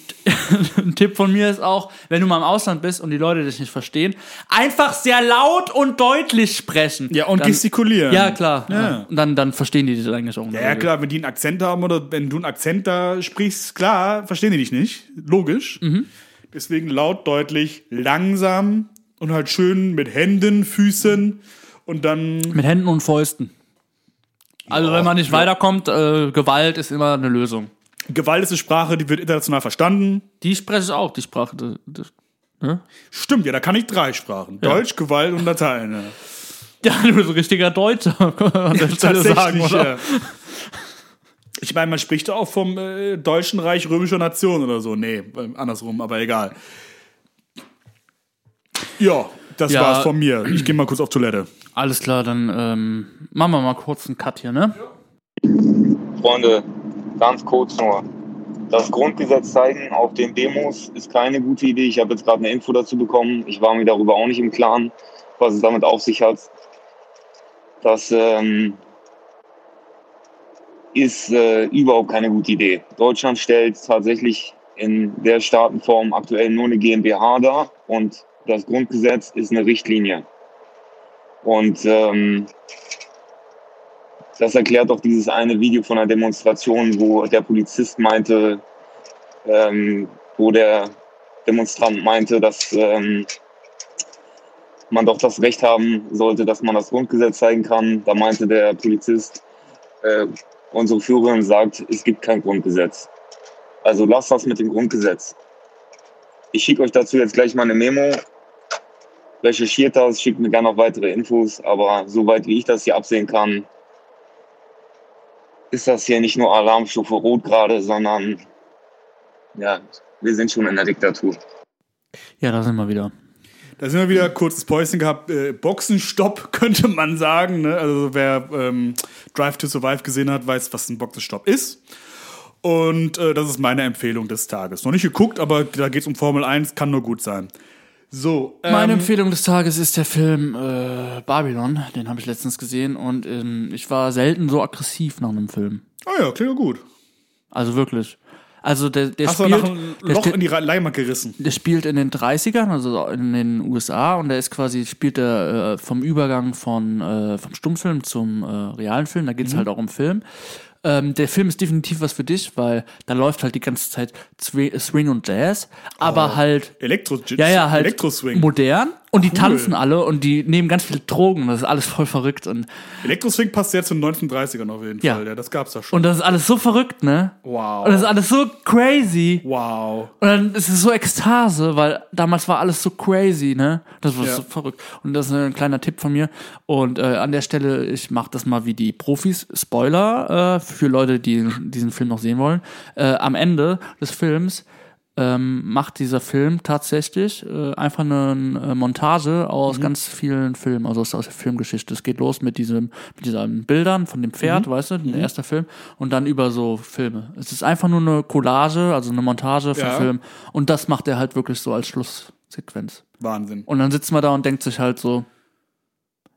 Speaker 4: ein Tipp von mir ist auch, wenn du mal im Ausland bist und die Leute dich nicht verstehen, einfach sehr laut und deutlich sprechen.
Speaker 5: Ja, und
Speaker 4: Dann-
Speaker 5: gestikulieren.
Speaker 4: Ja, klar.
Speaker 5: Ja.
Speaker 4: Ja. Und dann, dann verstehen die dich eigentlich auch. in der
Speaker 5: Ja,
Speaker 4: Regel.
Speaker 5: klar, wenn die einen Akzent haben oder wenn du einen Akzent da sprichst, klar, verstehen die dich nicht. Logisch. Deswegen laut, deutlich, langsam und halt schön mit Händen, Füßen und dann.
Speaker 4: Mit Händen und Fäusten. Also wenn man nicht weiterkommt, äh, Gewalt ist immer eine Lösung.
Speaker 5: Gewalt ist eine Sprache, die wird international verstanden.
Speaker 4: Die spreche ich auch, die Sprache. Das- das-
Speaker 5: Stimmt, ja, da kann ich drei Sprachen. Deutsch, Gewalt und Latein. Ja.
Speaker 4: Ja, du bist ein richtiger Deutscher, kann man an der Stelle sagen, oder?
Speaker 5: ja. Ich meine, man spricht auch vom äh, Deutschen Reich römischer Nation oder so. Nee, äh, andersrum, aber egal. Ja, das
Speaker 4: Ja.
Speaker 5: war's von mir. Ich gehe mal kurz auf Toilette.
Speaker 4: Alles klar, dann ähm, machen wir mal kurz einen Cut hier, ne?
Speaker 6: Freunde, ganz kurz nur. Das Grundgesetz zeigen auf den Demos ist keine gute Idee. Ich habe jetzt gerade eine Info dazu bekommen. Ich war mir darüber auch nicht im Klaren, was es damit auf sich hat. Das ähm, ist äh, überhaupt keine gute Idee. Deutschland stellt tatsächlich in der Staatenform aktuell nur eine GmbH dar und das Grundgesetz ist eine Richtlinie. Und ähm, das erklärt auch dieses eine Video von einer Demonstration, wo der Polizist meinte, ähm, wo der Demonstrant meinte, dass ähm, man doch das Recht haben sollte, dass man das Grundgesetz zeigen kann. Da meinte der Polizist, äh, unsere Führerin sagt, es gibt kein Grundgesetz. Also lasst das mit dem Grundgesetz. Ich schicke euch dazu jetzt gleich mal eine Memo. Recherchiert das, schickt mir gerne noch weitere Infos, aber soweit wie ich das hier absehen kann, ist das hier nicht nur Alarmstufe Rot gerade, sondern ja, wir sind schon in der Diktatur.
Speaker 4: Ja, da sind wir wieder.
Speaker 5: Da sind wir wieder, kurzes Päuschen gehabt. Äh, Boxenstopp könnte man sagen. Ne? Also wer ähm, Drive to Survive gesehen hat, weiß, was ein Boxenstopp ist. Und äh, das ist meine Empfehlung des Tages. Noch nicht geguckt, aber da geht's um Formel 1, kann nur gut sein. So, ähm,
Speaker 4: Meine Empfehlung des Tages ist der Film äh, Babylon. Den habe ich letztens gesehen und ähm, ich war selten so aggressiv nach einem Film.
Speaker 5: ah ja, klingt ja gut.
Speaker 4: Also wirklich. Also der, der
Speaker 5: Hast du
Speaker 4: spielt...
Speaker 5: nach einem
Speaker 4: der
Speaker 5: Loch
Speaker 4: steht-
Speaker 5: in die Leinwand gerissen?
Speaker 4: der spielt in den 30ern, also in den USA, und der ist quasi, spielt er äh, vom Übergang von, äh, vom Stummfilm zum äh, realen Film, da geht's
Speaker 5: Mhm.
Speaker 4: halt auch um Film. Ähm, der Film ist definitiv was für dich, weil da läuft halt die ganze Zeit Swi- Swing und Jazz, aber halt
Speaker 5: Oh, Elektro
Speaker 4: ja, ja, halt
Speaker 5: Elektroswing.
Speaker 4: modern und die tanzen alle und die nehmen ganz viele Drogen, das ist alles voll verrückt und,
Speaker 5: Elektroswing passt sehr zu den 1930ern auf jeden
Speaker 4: Ja.
Speaker 5: Fall. Ja, das gab's da schon.
Speaker 4: und das ist alles so verrückt, ne?
Speaker 5: Wow.
Speaker 4: Und das ist alles so crazy.
Speaker 5: wow.
Speaker 4: Und dann ist es so Ekstase, weil damals war alles so crazy, ne? Das war
Speaker 5: Ja.
Speaker 4: so verrückt. Und das ist ein kleiner Tipp von mir. Und äh, an der Stelle, ich mache das mal wie die Profis. Spoiler äh, für Leute, die diesen Film noch sehen wollen. Äh, am Ende des Films ähm, macht dieser Film tatsächlich äh, einfach eine äh, Montage aus
Speaker 5: Mhm.
Speaker 4: ganz vielen Filmen, also aus, aus der Filmgeschichte. Es geht los mit diesem, mit diesen Bildern von dem
Speaker 5: Mhm.
Speaker 4: Pferd, weißt du, der erste Film, und dann über so Filme. Es ist einfach nur eine Collage, also eine Montage von
Speaker 5: Ja.
Speaker 4: Filmen, und das macht er halt wirklich so als Schlusssequenz.
Speaker 5: Wahnsinn.
Speaker 4: Und dann sitzt man da und denkt sich halt so,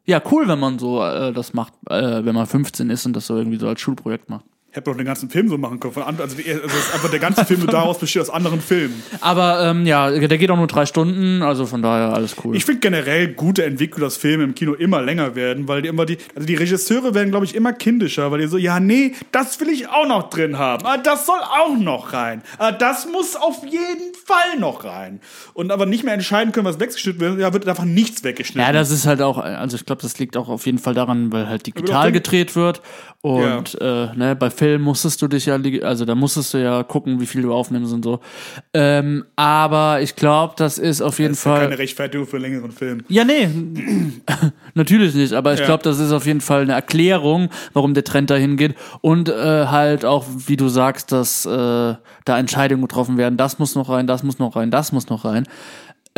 Speaker 4: ja, cool, wenn man so äh, das macht, äh, wenn man 15 ist und das so irgendwie so als Schulprojekt macht.
Speaker 5: hätte doch den ganzen Film so machen können. Von, an- also, die- also es ist einfach der ganze Film daraus besteht aus anderen Filmen.
Speaker 4: Aber ähm, ja, der geht auch nur drei Stunden, also von daher alles cool.
Speaker 5: Ich finde generell gute Entwicklung, dass Filme im Kino immer länger werden, weil die immer die, also die Regisseure werden, glaube ich, immer kindischer, weil die so, ja, nee, das will ich auch noch drin haben. Ah, das soll auch noch rein. Ah, das muss auf jeden Fall noch rein. Und aber nicht mehr entscheiden können, was weggeschnitten wird, ja, wird einfach nichts weggeschnitten.
Speaker 4: ja, das ist halt auch, also ich glaube, das liegt auch auf jeden Fall daran, weil halt digital
Speaker 5: den-
Speaker 4: gedreht wird. Und äh, ne, bei Film musstest du dich ja, li- also da musstest du ja gucken, wie viel du aufnimmst und so. Ähm, aber ich glaube, das ist auf jeden
Speaker 5: ist ja
Speaker 4: Fall.
Speaker 5: keine Rechtfertigung für einen längeren Film.
Speaker 4: Ja, nee, natürlich nicht, aber ich
Speaker 5: Ja.
Speaker 4: glaube, das ist auf jeden Fall eine Erklärung, warum der Trend dahin geht und äh, halt auch, wie du sagst, dass äh, da Entscheidungen getroffen werden, das muss noch rein, das muss noch rein, das muss noch rein.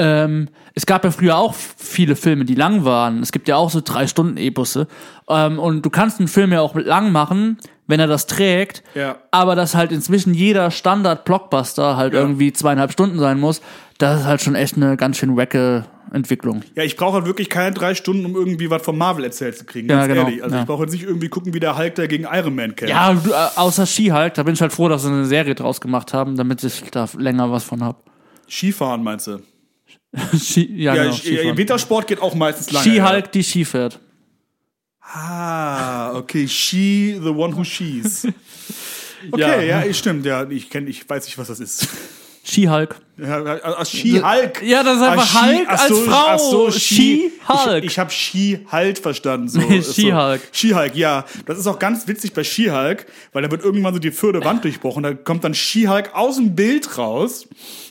Speaker 4: Ähm, es gab ja früher auch viele Filme, die lang waren. Es gibt ja auch so drei Stunden E-Busse. Ähm, und du kannst einen Film ja auch lang machen, wenn er das trägt.
Speaker 5: Ja.
Speaker 4: Aber dass halt inzwischen jeder Standard-Blockbuster halt irgendwie zweieinhalb Stunden sein muss, das ist halt schon echt eine ganz schön wacke Entwicklung.
Speaker 5: Ja, ich brauche halt wirklich keine drei Stunden, um irgendwie was von Marvel erzählt zu kriegen.
Speaker 4: Ja,
Speaker 5: ganz
Speaker 4: genau,
Speaker 5: ehrlich. Also
Speaker 4: ja.
Speaker 5: ich brauche jetzt nicht irgendwie gucken, wie der Hulk da gegen Iron Man kämpft.
Speaker 4: Ja, du, äh, außer Ski halt. Da bin ich halt froh, dass sie eine Serie draus gemacht haben, damit ich da länger was von hab.
Speaker 5: Skifahren meinst du?
Speaker 4: Ski, ja,
Speaker 5: Ja,
Speaker 4: genau,
Speaker 5: ich- ja,
Speaker 4: Skifahren.
Speaker 5: Wintersport geht auch meistens lange.
Speaker 4: Ski
Speaker 5: ja.
Speaker 4: halt, die Ski fährt.
Speaker 5: Ah, okay. She, the one who she's. Okay, ja, ich- stimmt. Ja, ich kenne, ich weiß nicht, was das ist.
Speaker 4: Ski halt. Hulk.
Speaker 5: Ja, ah, She Hulk.
Speaker 4: Ja, das ist
Speaker 5: Ah,
Speaker 4: einfach
Speaker 5: She-
Speaker 4: Hulk
Speaker 5: ach
Speaker 4: als
Speaker 5: so,
Speaker 4: Frau.
Speaker 5: ach so, She
Speaker 4: She Hulk.
Speaker 5: Ich, ich habe She Hulk verstanden. So.
Speaker 4: Nee,
Speaker 5: So.
Speaker 4: She-Hulk.
Speaker 5: She Hulk, ja. Das ist auch ganz witzig bei She Hulk, weil da wird irgendwann so die vierte Wand durchbrochen. Da kommt dann She Hulk aus dem Bild raus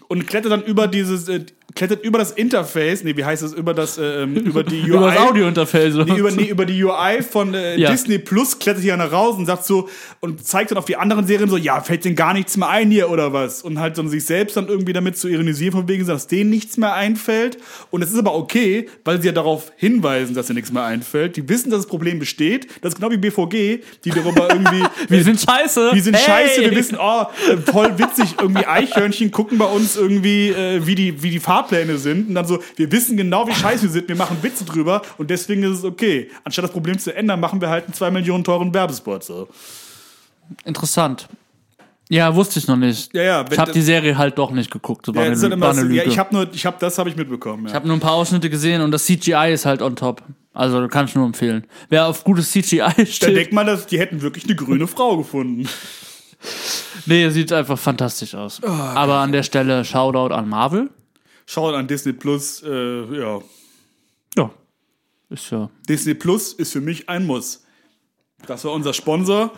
Speaker 5: und klettert dann über dieses, äh, klettert über das Interface. Nee, wie heißt es? Über das, äh, ähm, über die UI.
Speaker 4: Über das Audiointerface.
Speaker 5: Nee, über, nee, über die UI von äh,
Speaker 4: Ja.
Speaker 5: Disney Plus klettert hier nach raus und sagt so und zeigt dann auf die anderen Serien so, ja, fällt denen gar nichts mehr ein hier oder was. Und halt dann sich selbst dann irgendwie damit zu ironisieren, von wegen, dass denen nichts mehr einfällt. Und es ist aber okay, weil sie ja darauf hinweisen, dass dir nichts mehr einfällt. Die wissen, dass das Problem besteht. Das ist genau wie BVG, die darüber irgendwie.
Speaker 4: Wir sind scheiße.
Speaker 5: Wir sind
Speaker 4: Hey!
Speaker 5: scheiße, wir wissen, oh, äh, voll witzig, irgendwie Eichhörnchen gucken bei uns irgendwie, äh, wie, die, wie die Fahrpläne sind. Und dann so, wir wissen genau, wie scheiße wir sind, wir machen Witze drüber und deswegen ist es okay. Anstatt das Problem zu ändern, machen wir halt einen 2 Millionen teuren Werbespot. So.
Speaker 4: Interessant. Ja, wusste ich noch nicht.
Speaker 5: Ja, ja, wenn
Speaker 4: ich habe
Speaker 5: das-
Speaker 4: die Serie halt doch nicht geguckt. So war
Speaker 5: Ja,
Speaker 4: eine,
Speaker 5: das ist halt immer,
Speaker 4: war eine
Speaker 5: so-
Speaker 4: Lüge.
Speaker 5: ja, ich habe nur, ich habe das habe ich mitbekommen.
Speaker 4: Ich
Speaker 5: Ja.
Speaker 4: habe nur ein paar Ausschnitte gesehen und das CGI ist halt on top. Also kann ich nur empfehlen. Wer auf gutes CGI
Speaker 5: Da
Speaker 4: steht,
Speaker 5: denkt man, dass die hätten wirklich eine grüne Frau gefunden.
Speaker 4: nee, sieht einfach fantastisch aus.
Speaker 5: Oh,
Speaker 4: Aber an der Stelle Shoutout an Marvel.
Speaker 5: Schaut an Disney Plus, äh, ja.
Speaker 4: Ja. Ist ja.
Speaker 5: Disney Plus ist für mich ein Muss. Das war unser Sponsor.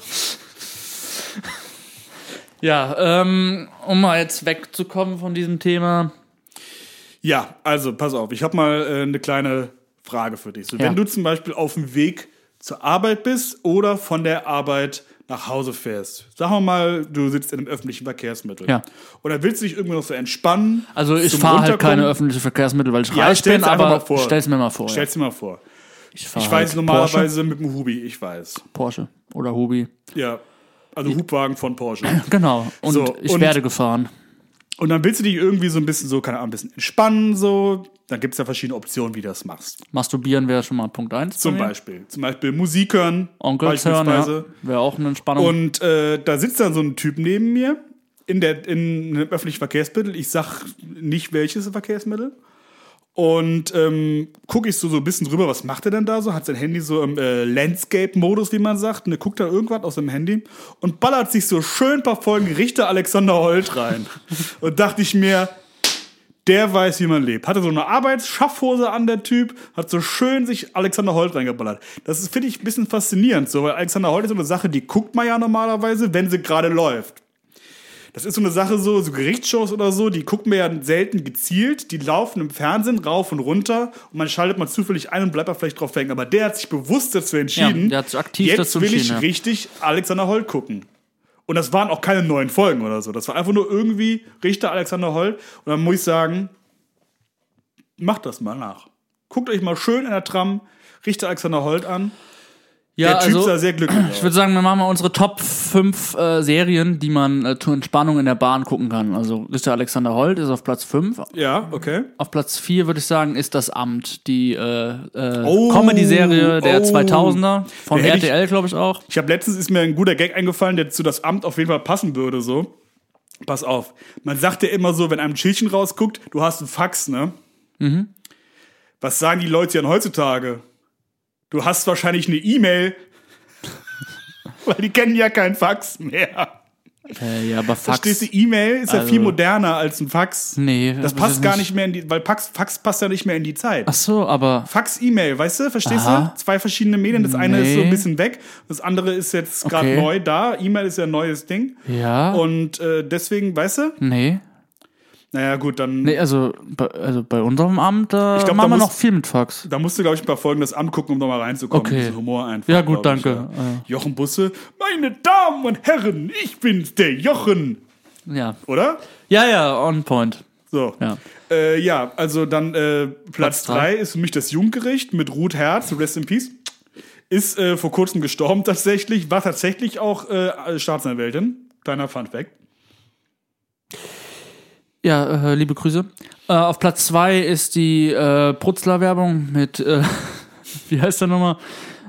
Speaker 4: Ja, ähm, um mal jetzt wegzukommen von diesem Thema.
Speaker 5: Ja, also pass auf, ich habe mal äh, eine kleine Frage für dich. So,
Speaker 4: Ja.
Speaker 5: Wenn du zum Beispiel auf dem Weg zur Arbeit bist oder von der Arbeit nach Hause fährst, sagen wir mal, du sitzt in einem öffentlichen Verkehrsmittel.
Speaker 4: Ja.
Speaker 5: Oder willst du dich irgendwie noch so entspannen?
Speaker 4: Also ich
Speaker 5: zum
Speaker 4: fahre halt keine
Speaker 5: Runterkommen?
Speaker 4: öffentlichen Verkehrsmittel, weil ich
Speaker 5: Ja,
Speaker 4: reich
Speaker 5: stell's
Speaker 4: bin,
Speaker 5: dir einfach
Speaker 4: aber
Speaker 5: mal vor.
Speaker 4: stell's mir mal vor. ja.
Speaker 5: Stell's dir mal vor.
Speaker 4: fahr
Speaker 5: Ich weiß
Speaker 4: halt
Speaker 5: normalerweise mit dem Hubi, ich weiß.
Speaker 4: Porsche, Porsche oder Hubi.
Speaker 5: Ja. Also Hubwagen von Porsche.
Speaker 4: Genau. Und
Speaker 5: So,
Speaker 4: ich
Speaker 5: und-
Speaker 4: werde gefahren.
Speaker 5: Und dann willst du dich irgendwie so ein bisschen so, keine Ahnung, ein bisschen entspannen, so. Dann gibt's ja verschiedene Optionen, wie du das machst.
Speaker 4: Masturbieren wäre schon mal Punkt eins. bei
Speaker 5: Zum
Speaker 4: mir.
Speaker 5: Beispiel. Zum Beispiel Musik hören.
Speaker 4: Onkels hören, ja. Wäre auch eine Entspannung.
Speaker 5: Und äh, da sitzt dann so ein Typ neben mir in, der, in einem öffentlichen Verkehrsmittel. Ich sag nicht welches Verkehrsmittel. Und ähm, gucke ich so, so ein bisschen drüber, was macht er denn da so? Hat sein Handy so im äh, Landscape-Modus, wie man sagt. Und er guckt da irgendwas aus seinem Handy und ballert sich so schön ein paar Folgen Richter Alexander Holt rein. und dachte ich mir, der weiß, wie man lebt. Hatte so eine Arbeitsschaffhose an, der Typ, hat so schön sich Alexander Holt reingeballert. Das ist, finde ich, ein bisschen faszinierend, so, weil Alexander Holt ist so eine Sache, die guckt man ja normalerweise, wenn sie gerade läuft. Das ist so eine Sache, so, so Gerichtsshows oder so, die guckt man ja selten gezielt. Die laufen im Fernsehen rauf und runter und man schaltet mal zufällig ein und bleibt da vielleicht drauf hängen. Aber der hat sich bewusst dazu entschieden.
Speaker 4: Ja, der hat sich aktiv
Speaker 5: jetzt
Speaker 4: dazu
Speaker 5: will ich
Speaker 4: entschieden, ja.
Speaker 5: richtig Alexander Holt gucken. Und das waren auch keine neuen Folgen oder so. Das war einfach nur irgendwie Richter Alexander Holt. Und dann muss ich sagen, macht das mal nach. Guckt euch mal schön in der Tram Richter Alexander Holt an.
Speaker 4: Ja,
Speaker 5: der Typ
Speaker 4: also-
Speaker 5: sah sehr glücklich aus.
Speaker 4: Ich würde sagen, wir machen mal unsere Top 5 äh, Serien, die man äh, zur Entspannung in der Bahn gucken kann. Also Mr. Alexander Holt ist auf Platz 5.
Speaker 5: Ja, okay.
Speaker 4: Auf Platz 4 würde ich sagen, ist das Amt, die äh, äh,
Speaker 5: Oh,
Speaker 4: Comedy-Serie der
Speaker 5: oh.
Speaker 4: 2000er, vom
Speaker 5: Der hätte ich-
Speaker 4: RTL, glaube ich auch.
Speaker 5: Ich habe letztens ist mir ein guter Gag eingefallen, der zu das Amt auf jeden Fall passen würde. So, pass auf. Man sagt ja immer so, wenn einem ein Schildchen rausguckt, du hast einen Fax, ne?
Speaker 4: Mhm.
Speaker 5: Was sagen die Leute denn heutzutage? Du hast wahrscheinlich eine E-Mail, weil die kennen ja keinen Fax mehr.
Speaker 4: Äh, ja, aber
Speaker 5: Verstehst
Speaker 4: Fax.
Speaker 5: du, E-Mail ist ja
Speaker 4: Also-
Speaker 5: viel moderner als ein Fax.
Speaker 4: Nee,
Speaker 5: das
Speaker 4: aber
Speaker 5: passt
Speaker 4: das
Speaker 5: gar
Speaker 4: nicht-
Speaker 5: nicht mehr in die, weil Fax, Fax passt ja nicht mehr in die Zeit.
Speaker 4: Ach so, aber
Speaker 5: Fax, E-Mail, weißt du? Verstehst
Speaker 4: Aha.
Speaker 5: du? Zwei verschiedene Medien. Das eine ist so
Speaker 4: Nee.
Speaker 5: ein bisschen weg, das andere ist jetzt gerade
Speaker 4: Okay.
Speaker 5: neu da. E-Mail ist ja ein neues Ding.
Speaker 4: ja,
Speaker 5: Und äh, deswegen, weißt du?
Speaker 4: nee.
Speaker 5: Naja, gut, dann.
Speaker 4: Nee, also bei, also bei unserem Amt, da
Speaker 5: Ich glaub, da
Speaker 4: machen wir
Speaker 5: muss-
Speaker 4: noch viel mit Fax.
Speaker 5: Da musst du, glaube ich, ein paar Folgen das Amt gucken, um nochmal reinzukommen.
Speaker 4: Okay.
Speaker 5: Diesen Humor einfach.
Speaker 4: Ja, gut,
Speaker 5: glaub ich,
Speaker 4: danke.
Speaker 5: ja. Jochen Busse. Meine Damen und Herren, ich bin's, der Jochen.
Speaker 4: Ja,
Speaker 5: Oder?
Speaker 4: ja, ja on point.
Speaker 5: So.
Speaker 4: Ja.
Speaker 5: Äh, ja, also dann äh,
Speaker 4: Platz
Speaker 5: Platz
Speaker 4: drei.
Speaker 5: 3 ist für mich das Jugendgericht mit Ruth Herz, Rest in Peace. Ist äh, vor kurzem gestorben tatsächlich, war tatsächlich auch äh, Staatsanwältin. Kleiner Fun Fact.
Speaker 4: Ja, äh, liebe Grüße. Äh, auf Platz 2 ist die äh, Brutzler-Werbung mit, äh, wie heißt der nochmal?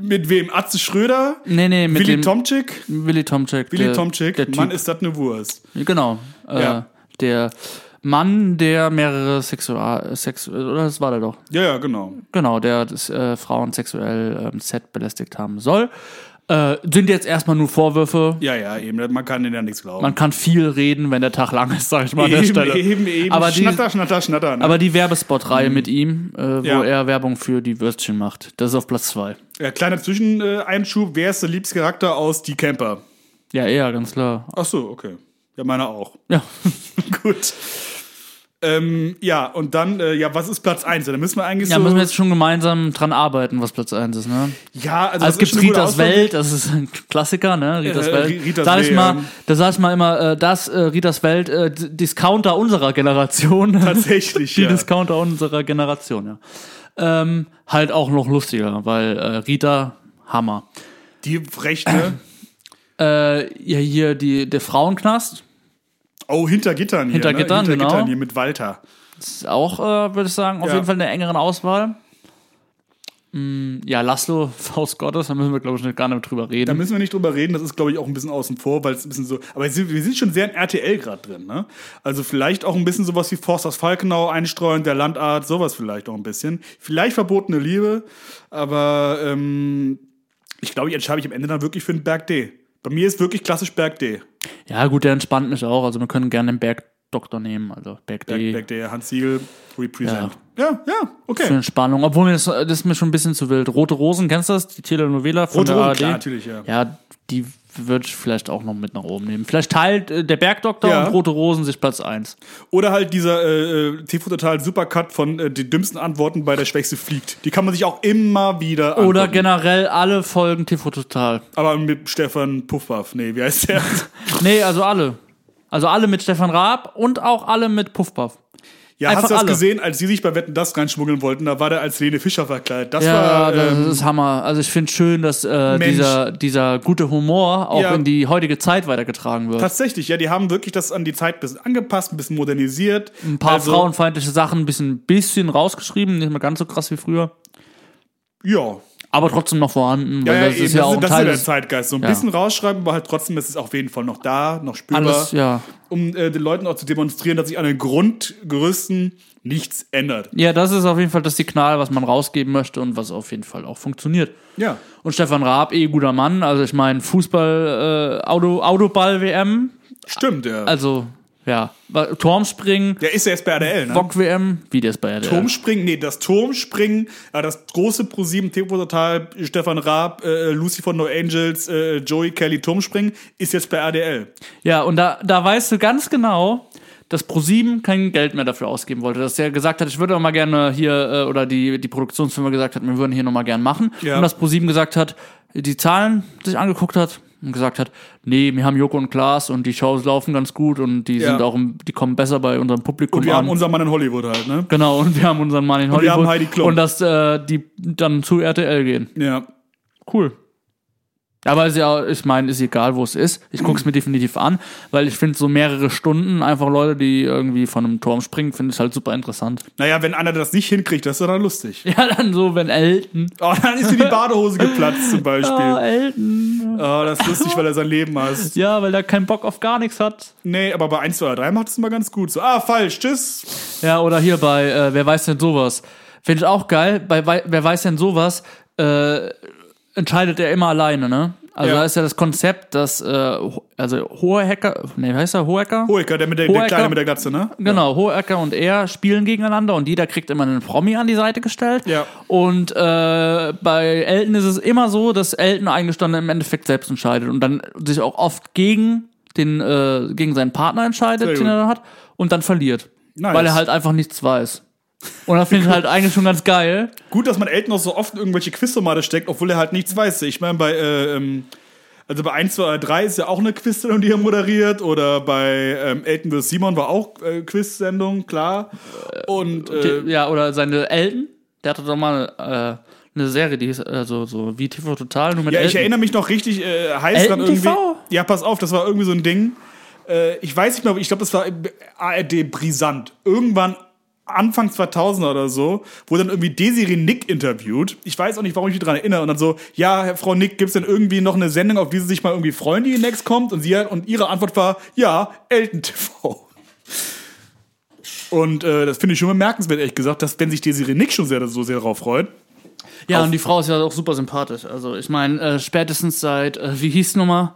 Speaker 5: Mit wem? Atze Schröder?
Speaker 4: Nee, nee, mit
Speaker 5: Willy
Speaker 4: dem
Speaker 5: Tomczyk?
Speaker 4: Willy Tomczyk.
Speaker 5: Willy
Speaker 4: der-
Speaker 5: Tomczyk,
Speaker 4: Der typ,
Speaker 5: Mann, ist das eine Wurst.
Speaker 4: genau. Äh,
Speaker 5: Ja.
Speaker 4: Der Mann, der mehrere Sexual... Sex, oder das war der doch.
Speaker 5: Ja, ja, genau.
Speaker 4: Genau, der das, äh, Frauen sexuell ähm, set belästigt haben soll. Äh, sind jetzt erstmal nur Vorwürfe.
Speaker 5: Ja, ja, eben. Man kann denen ja nichts glauben.
Speaker 4: Man kann viel reden, wenn der Tag lang ist, sag ich mal an der
Speaker 5: eben,
Speaker 4: Stelle.
Speaker 5: eben, eben.
Speaker 4: Aber die,
Speaker 5: schnatter, schnatter, schnatter. Ne?
Speaker 4: Aber die Werbespot-Reihe mit ihm, äh, wo
Speaker 5: Ja.
Speaker 4: er Werbung für die Würstchen macht, das ist auf Platz 2.
Speaker 5: ja, kleiner Zwischeneinschub. Wer ist der liebste Charakter aus Die Camper?
Speaker 4: Ja, eher, ganz klar.
Speaker 5: Ach so, okay. Ja, meiner auch.
Speaker 4: Ja.
Speaker 5: Gut. Ähm, ja, und dann, äh, ja, was ist Platz 1? Da müssen wir eigentlich
Speaker 4: ja,
Speaker 5: so.
Speaker 4: müssen wir jetzt schon gemeinsam dran arbeiten, was Platz 1 ist, ne?
Speaker 5: ja, also,
Speaker 4: Also es
Speaker 5: das ist
Speaker 4: gibt
Speaker 5: schon eine gute
Speaker 4: Ritas
Speaker 5: Auswahl.
Speaker 4: Welt, das ist ein Klassiker, ne? Ritas
Speaker 5: Äh,
Speaker 4: Welt.
Speaker 5: Ritas
Speaker 4: sag ich
Speaker 5: Welt,
Speaker 4: mal,
Speaker 5: ja.
Speaker 4: da sag ich mal immer, äh, das äh, Ritas Welt, äh, D- Discounter unserer Generation.
Speaker 5: Tatsächlich,
Speaker 4: Die
Speaker 5: ja.
Speaker 4: Discounter unserer Generation, ja. Ähm, halt auch noch lustiger, weil äh, Rita, Hammer.
Speaker 5: Die Rechte.
Speaker 4: Äh, ja, hier die, der Frauenknast.
Speaker 5: Oh, hinter Gittern hier.
Speaker 4: Hinter
Speaker 5: ne?
Speaker 4: Gittern,
Speaker 5: hinter
Speaker 4: genau.
Speaker 5: Gittern hier mit Walter.
Speaker 4: Ist auch, äh, würde ich sagen, auf
Speaker 5: Ja.
Speaker 4: jeden Fall in der engeren Auswahl. Mm, ja, Laszlo, Faust Gottes, da müssen wir, glaube ich, nicht gar nicht drüber
Speaker 5: Da
Speaker 4: reden.
Speaker 5: müssen wir nicht drüber reden, das ist, glaube ich, auch ein bisschen außen vor, weil es ein bisschen so. Aber wir sind, wir sind schon sehr in RTL gerade drin, ne? Also vielleicht auch ein bisschen sowas wie Forsters Falkenau einstreuen, der Landart, sowas vielleicht auch ein bisschen. Vielleicht verbotene Liebe, aber ähm, ich glaube, ich entscheide mich am Ende dann wirklich für den Berg D. Bei mir ist wirklich klassisch Berg D.
Speaker 4: Ja, gut, der entspannt mich auch. Also, wir können gerne den Bergdoktor nehmen, also Berg
Speaker 5: Berg,
Speaker 4: D.
Speaker 5: Berg D, Hans Siegel, Represent. Ja, ja,
Speaker 4: Für
Speaker 5: okay.
Speaker 4: Entspannung, obwohl mir das, das ist mir schon ein bisschen zu wild. Rote Rosen, kennst du das? Die Telenovela von
Speaker 5: Rote
Speaker 4: der
Speaker 5: Rosen,
Speaker 4: ARD.
Speaker 5: klar, natürlich, ja.
Speaker 4: Ja, die würde ich vielleicht auch noch mit nach oben nehmen. Vielleicht teilt äh, der Bergdoktor
Speaker 5: Ja.
Speaker 4: und Rote Rosen sich Platz 1.
Speaker 5: Oder halt dieser äh, äh, TV-Total-Supercut von äh, den dümmsten Antworten bei der Schwächste fliegt. Die kann man sich auch immer wieder
Speaker 4: Oder
Speaker 5: angucken.
Speaker 4: generell alle Folgen TV Total.
Speaker 5: Aber mit Stefan Puffwaff, nee, wie heißt der?
Speaker 4: Nee, also alle. Also alle mit Stefan Raab und auch alle mit Puffpuff.
Speaker 5: Ja,
Speaker 4: Einfach
Speaker 5: hast du das
Speaker 4: alle.
Speaker 5: gesehen, als sie sich bei Wetten das reinschmuggeln wollten? Da war der als Lene Fischer verkleidet. Das
Speaker 4: Ja,
Speaker 5: war.
Speaker 4: das
Speaker 5: Ähm,
Speaker 4: ist Hammer. Also ich finde schön, dass äh,
Speaker 5: Mensch.
Speaker 4: dieser, dieser gute Humor auch
Speaker 5: Ja.
Speaker 4: in die heutige Zeit weitergetragen wird.
Speaker 5: tatsächlich, ja, die haben wirklich das an die Zeit ein bisschen angepasst, ein bisschen modernisiert. Also,
Speaker 4: Ein paar frauenfeindliche Sachen ein bisschen, bisschen rausgeschrieben, nicht mehr ganz so krass wie früher.
Speaker 5: Ja.
Speaker 4: Aber trotzdem noch vorhanden,
Speaker 5: Ja,
Speaker 4: weil
Speaker 5: ja,
Speaker 4: das
Speaker 5: eben,
Speaker 4: ist ja auch ein
Speaker 5: das
Speaker 4: Teil
Speaker 5: ist der
Speaker 4: des...
Speaker 5: Zeitgeist. So ein
Speaker 4: Ja.
Speaker 5: bisschen rausschreiben, aber halt trotzdem ist es auf jeden Fall noch da, noch spürbar.
Speaker 4: Alles, ja.
Speaker 5: Um äh, den Leuten auch zu demonstrieren, dass sich an den Grundgerüsten nichts ändert.
Speaker 4: Ja, das ist auf jeden Fall das Signal, was man rausgeben möchte und was auf jeden Fall auch funktioniert.
Speaker 5: Ja.
Speaker 4: Und Stefan Raab, eh guter Mann. Also ich meine, Fußball, äh, Auto, Autoball-WM,
Speaker 5: Stimmt, ja.
Speaker 4: Also, ja. Wa- Turmspringen,
Speaker 5: der ist ja jetzt bei RDL, ne?
Speaker 4: Bock-WM, wie der ist bei RTL.
Speaker 5: Turmspringen, nee, das Turmspringen, ja, das große ProSieben Tempo-Total, Stefan Raab, äh, Lucy von No Angels, äh, Joey Kelly Turmspringen, ist jetzt bei RDL.
Speaker 4: Ja, und da, da weißt du ganz genau, dass ProSieben kein Geld mehr dafür ausgeben wollte. Dass er gesagt hat, ich würde noch mal gerne hier, äh, oder die, die Produktionsfirma gesagt hat, wir würden hier noch mal gerne machen.
Speaker 5: Ja.
Speaker 4: Und dass ProSieben gesagt hat, die Zahlen sich angeguckt hat und gesagt hat, nee, wir haben Joko und Klaas und die Shows laufen ganz gut und die
Speaker 5: Ja.
Speaker 4: sind auch, im- die kommen besser bei unserem Publikum
Speaker 5: Und wir
Speaker 4: an.
Speaker 5: haben unseren Mann in Hollywood halt, ne?
Speaker 4: genau, und wir haben unseren Mann in
Speaker 5: wir
Speaker 4: Hollywood.
Speaker 5: haben Heidi Klum.
Speaker 4: und dass äh, die dann zu RTL gehen.
Speaker 5: Ja.
Speaker 4: Cool. Aber ist ja, ich meine, ist egal, wo es ist. Ich gucke es mir definitiv an, weil ich finde so mehrere Stunden einfach Leute, die irgendwie von einem Turm springen, finde ich halt super interessant.
Speaker 5: Naja, wenn einer das nicht hinkriegt, das ist ja dann lustig.
Speaker 4: Ja, dann so, wenn Elton.
Speaker 5: Oh, dann ist dir die Badehose geplatzt zum
Speaker 4: Ah,
Speaker 5: Beispiel.
Speaker 4: Elton.
Speaker 5: Oh, das ist lustig, weil er sein Leben hasst.
Speaker 4: Ja, weil der keinen Bock auf gar nichts hat.
Speaker 5: Nee, aber bei 1, 2 oder 3 macht es immer ganz gut. So, ah, falsch, tschüss.
Speaker 4: Ja, oder hier bei äh, Wer weiß denn sowas? Finde ich auch geil. Bei Wei- Wer weiß denn sowas äh, entscheidet er immer alleine, ne? Also
Speaker 5: Ja.
Speaker 4: da ist ja das Konzept, dass äh, ho- also hohe Hacker, nee, wie heißt er Hohecker?
Speaker 5: Hoeker, der, mit der, der
Speaker 4: Hoeker.
Speaker 5: Kleine mit der Glatze, ne?
Speaker 4: Genau, Hohecker und er spielen gegeneinander und jeder kriegt immer einen Promi an die Seite gestellt.
Speaker 5: Ja.
Speaker 4: Und äh, bei Elton ist es immer so, dass Elton eingestanden im Endeffekt selbst entscheidet und dann sich auch oft gegen den äh, gegen seinen Partner
Speaker 5: Sehr
Speaker 4: entscheidet, den
Speaker 5: gut.
Speaker 4: er dann hat und dann verliert,
Speaker 5: Nice.
Speaker 4: weil er halt einfach nichts weiß. Und das finde ich halt eigentlich schon ganz geil.
Speaker 5: Gut, dass man Elton auch so oft in irgendwelche Quizformate steckt, obwohl er halt nichts weiß. Ich meine, bei, äh, ähm, also bei 1, 2 oder 3 ist ja auch eine Quiz-Sendung, die er moderiert. Oder bei ähm, Elton vs. Simon war auch äh, Quiz-Sendung, klar. Und äh,
Speaker 4: ja, oder seine Elton, der hatte doch mal äh, eine Serie, die hieß also so wie TV Total nur mit
Speaker 5: Ja, ich
Speaker 4: Elton.
Speaker 5: erinnere mich noch richtig äh, heiß dran
Speaker 4: Elten
Speaker 5: irgendwie.
Speaker 4: TV?
Speaker 5: Ja, pass auf, das war irgendwie so ein Ding. Äh, ich weiß nicht mehr, ich glaube, das war im ARD brisant. Irgendwann Anfang 2000 oder so, wurde dann irgendwie Desiree Nick interviewt. Ich weiß auch nicht, warum ich mich daran erinnere. Und dann so, ja, Herr- Frau Nick, gibt's denn irgendwie noch eine Sendung, auf die Sie sich mal irgendwie freuen, die next kommt? Und, sie hat, und ihre Antwort war, ja, Elten TV. Und äh, das finde ich schon bemerkenswert, ehrlich gesagt, dass wenn sich Desiree Nick schon sehr, so sehr darauf freut.
Speaker 4: Ja, und die Frau ist ja auch super sympathisch. Also ich meine, äh, spätestens seit, äh, wie hieß nochmal,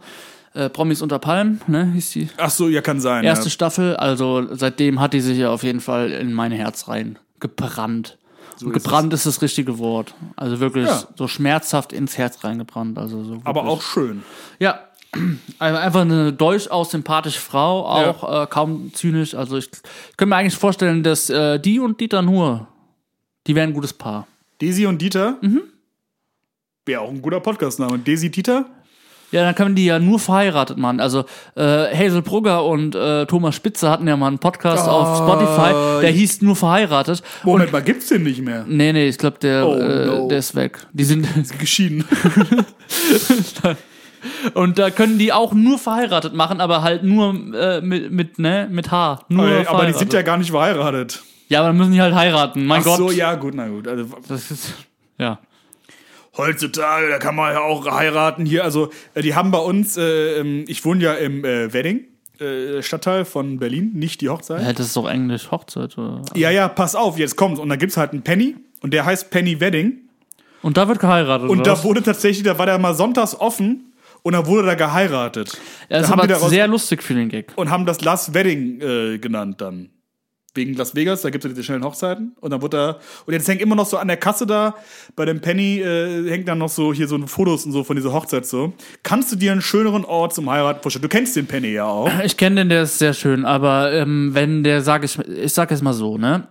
Speaker 4: äh, Promis unter Palmen, ne, hieß die
Speaker 5: Ach so, ja, kann sein.
Speaker 4: erste
Speaker 5: ja.
Speaker 4: Staffel. Also seitdem hat die sich ja auf jeden Fall in mein Herz rein gebrannt. und gebrannt ist, das richtige Wort. Also wirklich
Speaker 5: Ja.
Speaker 4: so schmerzhaft ins Herz reingebrannt. Also so
Speaker 5: Aber
Speaker 4: wirklich.
Speaker 5: auch schön.
Speaker 4: Ja, Also einfach eine durchaus sympathische Frau,
Speaker 5: Ja.
Speaker 4: auch äh, kaum zynisch. Also ich, ich könnte mir eigentlich vorstellen, dass äh, die und Dieter Nuhr, die wären ein gutes Paar.
Speaker 5: Desi und Dieter? Mhm. Wäre auch ein guter Podcastname. Desi Dieter?
Speaker 4: Ja, dann können die ja nur verheiratet machen. Also äh, Hazel Brugger und äh, Thomas Spitzer hatten ja mal einen Podcast
Speaker 5: Ah,
Speaker 4: auf Spotify, der hieß nur verheiratet.
Speaker 5: Moment mal, gibt's den nicht mehr?
Speaker 4: Nee, nee, ich glaube, der,
Speaker 5: Oh,
Speaker 4: äh,
Speaker 5: no.
Speaker 4: der ist weg. Die sind
Speaker 5: Geschieden.
Speaker 4: und da können die auch nur verheiratet machen, aber halt nur äh, mit, mit ne mit Haar, nur
Speaker 5: aber,
Speaker 4: verheiratet.
Speaker 5: aber die sind ja gar nicht verheiratet.
Speaker 4: ja, aber dann müssen die halt heiraten. Mein
Speaker 5: Ach
Speaker 4: Gott.
Speaker 5: so, ja, gut, na gut. Also,
Speaker 4: Das ist ja.
Speaker 5: heutzutage, da kann man ja auch heiraten hier. Also, äh, die haben bei uns, äh, ähm, ich wohne ja im äh, Wedding, äh, Stadtteil von Berlin, nicht die Hochzeit.
Speaker 4: Hä, Äh, das ist doch Englisch Hochzeit oder?
Speaker 5: Ja, ja, pass auf, jetzt kommt's. Und da gibt's halt einen Penny und der heißt Penny Wedding.
Speaker 4: Und da wird geheiratet.
Speaker 5: Und
Speaker 4: oder
Speaker 5: da
Speaker 4: was?
Speaker 5: wurde tatsächlich, da war der mal sonntags offen und da wurde da geheiratet.
Speaker 4: ja,
Speaker 5: da
Speaker 4: ist
Speaker 5: haben die
Speaker 4: aber
Speaker 5: daraus-
Speaker 4: sehr lustig für den Gag.
Speaker 5: und haben das Las Wedding äh, genannt dann. Wegen Las Vegas, da gibt es ja diese schnellen Hochzeiten. Und dann wurde da. Und jetzt hängt immer noch so an der Kasse da, bei dem Penny äh, hängt dann noch so hier so ein Fotos und so von dieser Hochzeit so. Kannst du dir einen schöneren Ort zum Heiraten vorstellen? Du kennst den Penny ja auch.
Speaker 4: Ich kenne den, der ist sehr schön, aber ähm, wenn der, sag ich, ich sag jetzt mal so, ne?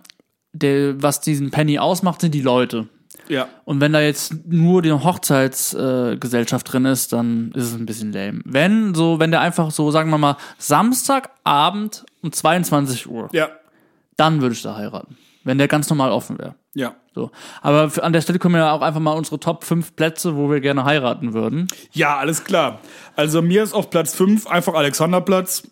Speaker 4: Der, was diesen Penny ausmacht, sind die Leute.
Speaker 5: Ja.
Speaker 4: Und wenn da jetzt nur die Hochzeitsgesellschaft äh, Gesellschaft drin ist, dann ist es ein bisschen lame. Wenn so, wenn der einfach so, sagen wir mal, Samstagabend um 22 Uhr,
Speaker 5: Ja.
Speaker 4: dann würde ich da heiraten. Wenn der ganz normal offen wäre.
Speaker 5: Ja.
Speaker 4: So. Aber für, an der Stelle kommen ja auch einfach mal unsere Top 5 Plätze, wo wir gerne heiraten würden.
Speaker 5: Ja, alles klar. Also mir ist auf Platz 5 einfach Alexanderplatz.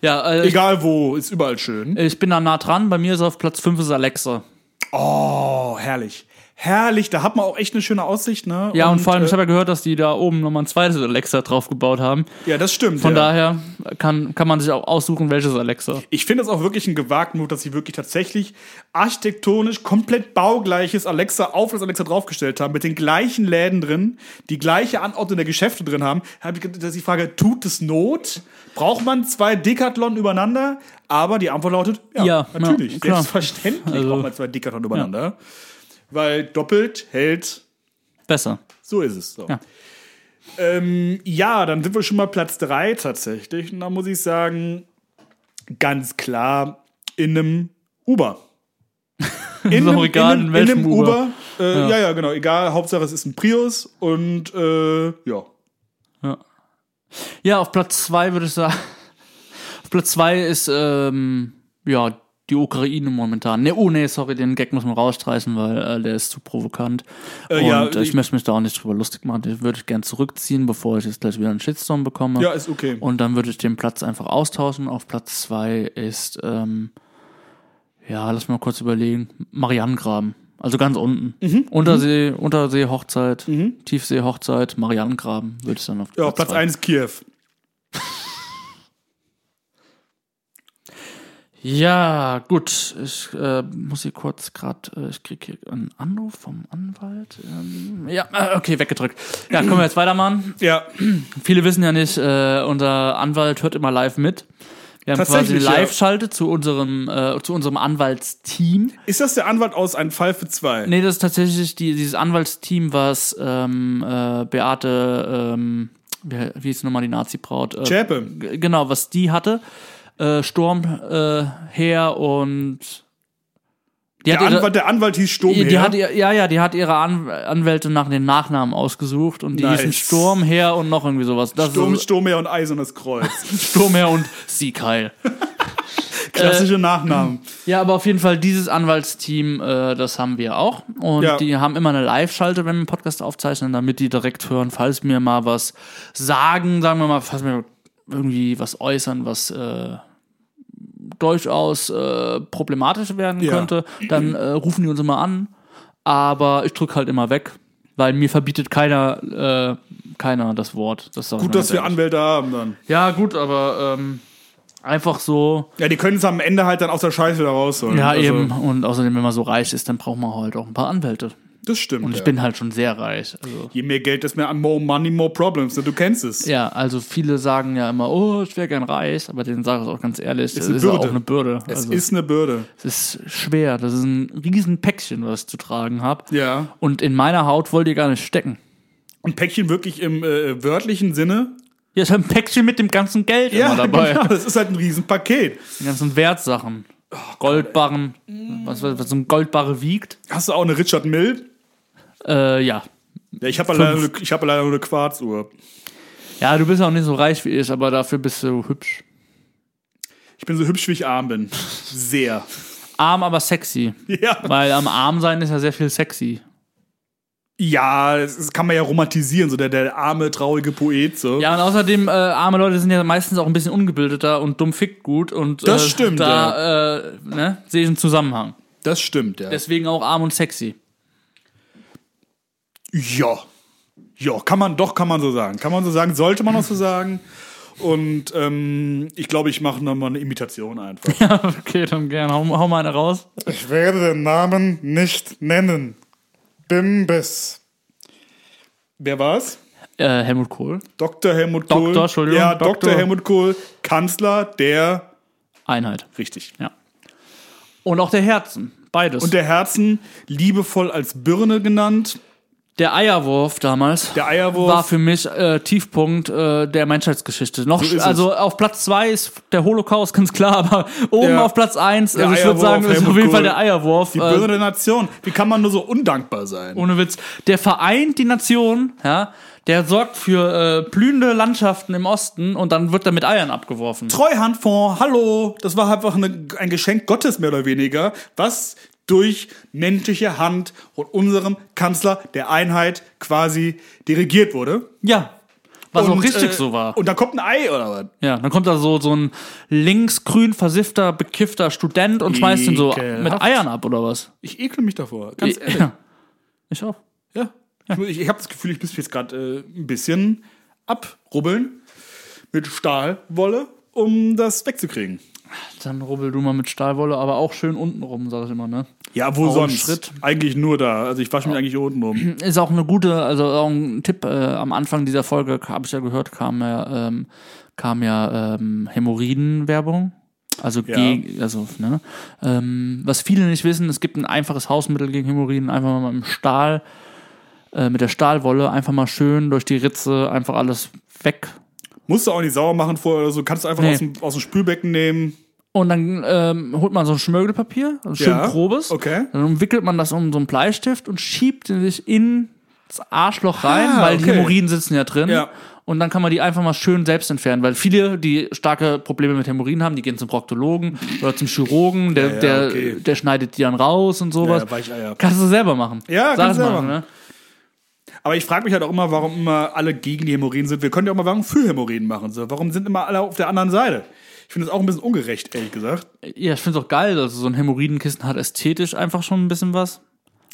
Speaker 4: Ja, äh, ich,
Speaker 5: Egal wo, ist überall schön.
Speaker 4: ich bin da nah dran. Bei mir ist auf Platz 5 ist Alexa.
Speaker 5: Oh, herrlich. Herrlich, da hat man auch echt eine schöne Aussicht, ne?
Speaker 4: Ja, und, vor allem,
Speaker 5: äh,
Speaker 4: ich habe ja gehört, dass die da oben nochmal ein zweites Alexa draufgebaut haben.
Speaker 5: Ja, das stimmt.
Speaker 4: Von
Speaker 5: ja.
Speaker 4: daher kann, kann man sich auch aussuchen, welches Alexa.
Speaker 5: Ich finde es auch wirklich einen gewagten Move, dass sie wirklich tatsächlich architektonisch komplett baugleiches Alexa auf das Alexa draufgestellt haben, mit den gleichen Läden drin, die gleiche Anordnung der Geschäfte drin haben. Da habe ich gedacht, dass die Frage, tut es Not? Braucht man zwei Decathlon übereinander? Aber die Antwort lautet, ja,
Speaker 4: Ja,
Speaker 5: natürlich.
Speaker 4: ja, klar.
Speaker 5: Selbstverständlich
Speaker 4: Also-
Speaker 5: braucht man zwei Decathlon übereinander. Weil doppelt hält,
Speaker 4: Besser.
Speaker 5: so ist es. So.
Speaker 4: Ja.
Speaker 5: Ähm, ja, dann sind wir schon mal Platz 3 tatsächlich. Und da muss ich sagen, ganz klar in einem Uber. In
Speaker 4: Ist auch egal, in welchem Uber.
Speaker 5: Äh, ja. ja, genau, egal. Hauptsache, es ist ein Prius und äh, ja.
Speaker 4: Ja, auf Platz 2 würde ich sagen. Auf Platz 2 ist, ähm, ja, die Ukraine momentan. Ne, oh nee, sorry, den Gag muss man rausstreichen, weil äh, der ist zu provokant.
Speaker 5: Äh,
Speaker 4: und
Speaker 5: ja,
Speaker 4: äh, ich,
Speaker 5: ich-
Speaker 4: möchte mich da auch nicht drüber lustig machen. Den würde ich gern zurückziehen, bevor ich jetzt gleich wieder einen Shitstorm bekomme.
Speaker 5: Ja, ist okay.
Speaker 4: Und dann würde ich den Platz einfach austauschen. Auf Platz zwei ist, ähm, ja, lass mal kurz überlegen, Marianengraben. Also ganz unten.
Speaker 5: Mhm.
Speaker 4: Untersee, Untersee-Hochzeit, Tiefsee-Hochzeit, Marianengraben würde ich dann auf
Speaker 5: ja, Platz
Speaker 4: zwei.
Speaker 5: 1 Kiew.
Speaker 4: Ja, gut. Ich äh, muss hier kurz gerade, äh, ich krieg hier einen Anruf vom Anwalt. Ähm, ja, äh, okay, weggedrückt. Ja, können wir jetzt weitermachen.
Speaker 5: Ja,
Speaker 4: Viele wissen ja nicht, äh, unser Anwalt hört immer live mit. Wir haben quasi eine
Speaker 5: Tatsächlich, ja.
Speaker 4: Live-Schalte zu unserem äh, zu unserem Anwaltsteam.
Speaker 5: ist das der Anwalt aus Ein Fall für zwei?
Speaker 4: Nee, das ist tatsächlich die, dieses Anwaltsteam, was ähm, äh, Beate, ähm, wie, wie hieß nochmal die Nazi-Braut? Äh,
Speaker 5: Schäpe.
Speaker 4: g- Genau, was die hatte. Äh, Sturm, äh, Heer und. Die
Speaker 5: Der
Speaker 4: hat ihre-
Speaker 5: Anwalt, der Anwalt hieß Sturm.
Speaker 4: die hat ihr, ja, ja, die hat ihre An Anwälte nach den Nachnamen ausgesucht und die
Speaker 5: Nice.
Speaker 4: hießen Sturm, Heer und noch irgendwie sowas. Das
Speaker 5: Sturm,
Speaker 4: ist
Speaker 5: Sturmherr und Eisernes Kreuz.
Speaker 4: Sturm, Heer und Siegheil. Äh,
Speaker 5: Klassische Nachnamen.
Speaker 4: Ja, aber auf jeden Fall dieses Anwaltsteam, äh, das haben wir auch. Und
Speaker 5: Ja.
Speaker 4: die haben immer eine Live-Schalte, wenn wir einen Podcast aufzeichnen, damit die direkt hören, falls mir mal was sagen, sagen wir mal, falls mir irgendwie was äußern, was äh, durchaus äh, problematisch werden
Speaker 5: Ja.
Speaker 4: könnte, dann äh, rufen die uns immer an. Aber ich drücke halt immer weg, weil mir verbietet keiner, äh, keiner das Wort. Das sag ich
Speaker 5: Gut,
Speaker 4: mal
Speaker 5: dass
Speaker 4: ganz
Speaker 5: wir
Speaker 4: ehrlich.
Speaker 5: Anwälte haben dann.
Speaker 4: Ja, gut, aber ähm, einfach so.
Speaker 5: Ja, die können es am Ende halt dann aus der Scheiße wieder rausholen.
Speaker 4: Ja,
Speaker 5: Also,
Speaker 4: eben. Und außerdem, wenn man so reich ist, dann braucht man halt auch ein paar Anwälte.
Speaker 5: Das stimmt.
Speaker 4: Und ich
Speaker 5: ja.
Speaker 4: bin halt schon sehr reich. Also.
Speaker 5: Je mehr Geld, desto mehr more money, more problems. ne? Du kennst es.
Speaker 4: Ja, also viele sagen ja immer, oh, ich wäre gern reich, aber denen sage ich auch ganz ehrlich, das
Speaker 5: eine
Speaker 4: ist ja auch
Speaker 5: Bürde.
Speaker 4: eine Bürde.
Speaker 5: Es
Speaker 4: also,
Speaker 5: ist eine Bürde.
Speaker 4: es ist schwer, das ist ein riesen Päckchen, was ich zu tragen habe.
Speaker 5: Ja.
Speaker 4: Und in meiner Haut wollt ihr gar nicht stecken.
Speaker 5: Ein Päckchen wirklich im äh, wörtlichen Sinne.
Speaker 4: Hier ist halt ein Päckchen mit dem ganzen Geld immer dabei.
Speaker 5: genau, Oh das ist halt ein Riesenpaket.
Speaker 4: Die ganzen Wertsachen. Goldbarren, was, was, was so ein Goldbarre wiegt.
Speaker 5: Hast du auch eine Richard Mill?
Speaker 4: Äh, ja.
Speaker 5: Ja, ich habe leider, nur- ich hab leider nur eine Quarzuhr.
Speaker 4: Ja, du bist auch nicht so reich wie ich, aber dafür bist du hübsch.
Speaker 5: Ich bin so hübsch, wie ich arm bin. Sehr.
Speaker 4: Arm, aber sexy.
Speaker 5: Ja,
Speaker 4: Weil am Arm sein ist ja sehr viel sexy.
Speaker 5: ja das, das kann man ja romantisieren, so der, der arme, traurige Poet. So.
Speaker 4: Ja, und außerdem, äh, arme Leute sind ja meistens auch ein bisschen ungebildeter und dumm fickt gut. Und,
Speaker 5: Das
Speaker 4: äh,
Speaker 5: stimmt,
Speaker 4: Da äh, ne, sehe ich einen Zusammenhang.
Speaker 5: Das stimmt, ja.
Speaker 4: Deswegen auch arm und sexy.
Speaker 5: Ja. Ja, kann man, doch kann man so sagen. Kann man so sagen, sollte man auch so sagen. Und ähm, ich glaube, ich mache nochmal eine Imitation einfach.
Speaker 4: okay, dann gern, hau, hau mal eine raus.
Speaker 7: Ich werde den Namen nicht nennen. Bimbis.
Speaker 5: Wer war's?
Speaker 4: Äh, Helmut Kohl,
Speaker 5: Dr. Helmut Kohl.
Speaker 4: Doktor, Entschuldigung,
Speaker 5: Ja, Dr.
Speaker 4: Doktor.
Speaker 5: Helmut Kohl, Kanzler der.
Speaker 4: Einheit.
Speaker 5: Richtig.
Speaker 4: Ja. Und auch der Herzen, beides.
Speaker 5: Und der Herzen, liebevoll als Birne genannt.
Speaker 4: Der Eierwurf damals
Speaker 5: Der Eierwurf.
Speaker 4: war für mich äh, Tiefpunkt äh, der Menschheitsgeschichte. Noch,
Speaker 5: ist es.
Speaker 4: also auf Platz zwei ist der Holocaust ganz klar, aber oben
Speaker 5: Der-
Speaker 4: auf Platz eins, also ich würde
Speaker 5: Eierwurf,
Speaker 4: sagen, ist auf
Speaker 5: Helmut
Speaker 4: jeden Fall
Speaker 5: Kohl.
Speaker 4: der Eierwurf. äh,
Speaker 5: die Birne der Nation. Wie kann man nur so undankbar sein?
Speaker 4: ohne Witz. Der vereint die Nation, ja, der sorgt für äh, blühende Landschaften im Osten und dann wird er mit Eiern abgeworfen.
Speaker 5: Treuhandfonds, hallo, das war einfach eine, ein Geschenk Gottes mehr oder weniger, was durch menschliche Hand und unserem Kanzler der Einheit quasi dirigiert wurde.
Speaker 4: Ja. Was
Speaker 5: und,
Speaker 4: auch richtig
Speaker 5: äh,
Speaker 4: so war.
Speaker 5: Und da kommt ein Ei oder was?
Speaker 4: Ja, dann kommt da so, so ein linksgrün versiffter, bekiffter Student und schmeißt ihn so
Speaker 5: Ekelhaft.
Speaker 4: mit Eiern ab oder was?
Speaker 5: Ich ekle mich davor, ganz ehrlich.
Speaker 4: Ja. Ich auch.
Speaker 5: Ja. Ich, ich habe das Gefühl, ich muss mich jetzt gerade äh, ein bisschen abrubbeln mit Stahlwolle, um das wegzukriegen.
Speaker 4: Dann rubbel du mal mit Stahlwolle, aber auch schön unten rum, sag ich immer, ne?
Speaker 5: Ja, wo
Speaker 4: Auch ein
Speaker 5: sonst?
Speaker 4: Schritt.
Speaker 5: Eigentlich nur da. Also ich wasche mich eigentlich hier unten rum.
Speaker 4: Ist auch eine gute, also auch ein Tipp äh, am Anfang dieser Folge, habe ich ja gehört, kam ja, ähm, kam ja ähm, Hämorrhoiden-Werbung. Also, gegen, also ne? ähm, was viele nicht wissen, es gibt ein einfaches Hausmittel gegen Hämorrhoiden, einfach mal im Stahl, äh, mit der Stahlwolle, einfach mal schön durch die Ritze, einfach alles weg.
Speaker 5: Musst du auch nicht sauer machen vorher oder so. Kannst du einfach
Speaker 4: Nee.
Speaker 5: aus, dem, aus dem Spülbecken nehmen.
Speaker 4: Und dann ähm, holt man so ein Schmirgelpapier, also schön
Speaker 5: Ja,
Speaker 4: grobes.
Speaker 5: okay.
Speaker 4: Dann umwickelt man das um so einen Bleistift und schiebt ihn sich ins Arschloch rein,
Speaker 5: Ah,
Speaker 4: weil die
Speaker 5: okay.
Speaker 4: Hämorrhoiden sitzen ja drin.
Speaker 5: Ja.
Speaker 4: Und dann kann man die einfach mal schön selbst entfernen, weil viele, die starke Probleme mit Hämorrhoiden haben, die gehen zum Proktologen oder zum Chirurgen, der,
Speaker 5: ja,
Speaker 4: der,
Speaker 5: okay.
Speaker 4: der schneidet die dann raus und sowas.
Speaker 5: Ja, Weicheier.
Speaker 4: kannst du selber machen.
Speaker 5: Ja,
Speaker 4: Sag
Speaker 5: kannst
Speaker 4: es
Speaker 5: du
Speaker 4: mal,
Speaker 5: selber machen. Aber ich frage mich halt auch immer, warum immer alle gegen die Hämorrhoiden sind. Wir können ja auch mal Werbung für Hämorrhoiden machen. So. Warum sind immer alle auf der anderen Seite? Ich finde das auch ein bisschen ungerecht, ehrlich gesagt.
Speaker 4: Ne? Ja, ich finde es auch geil. Also so ein Hämorrhoidenkissen hat ästhetisch einfach schon ein bisschen was.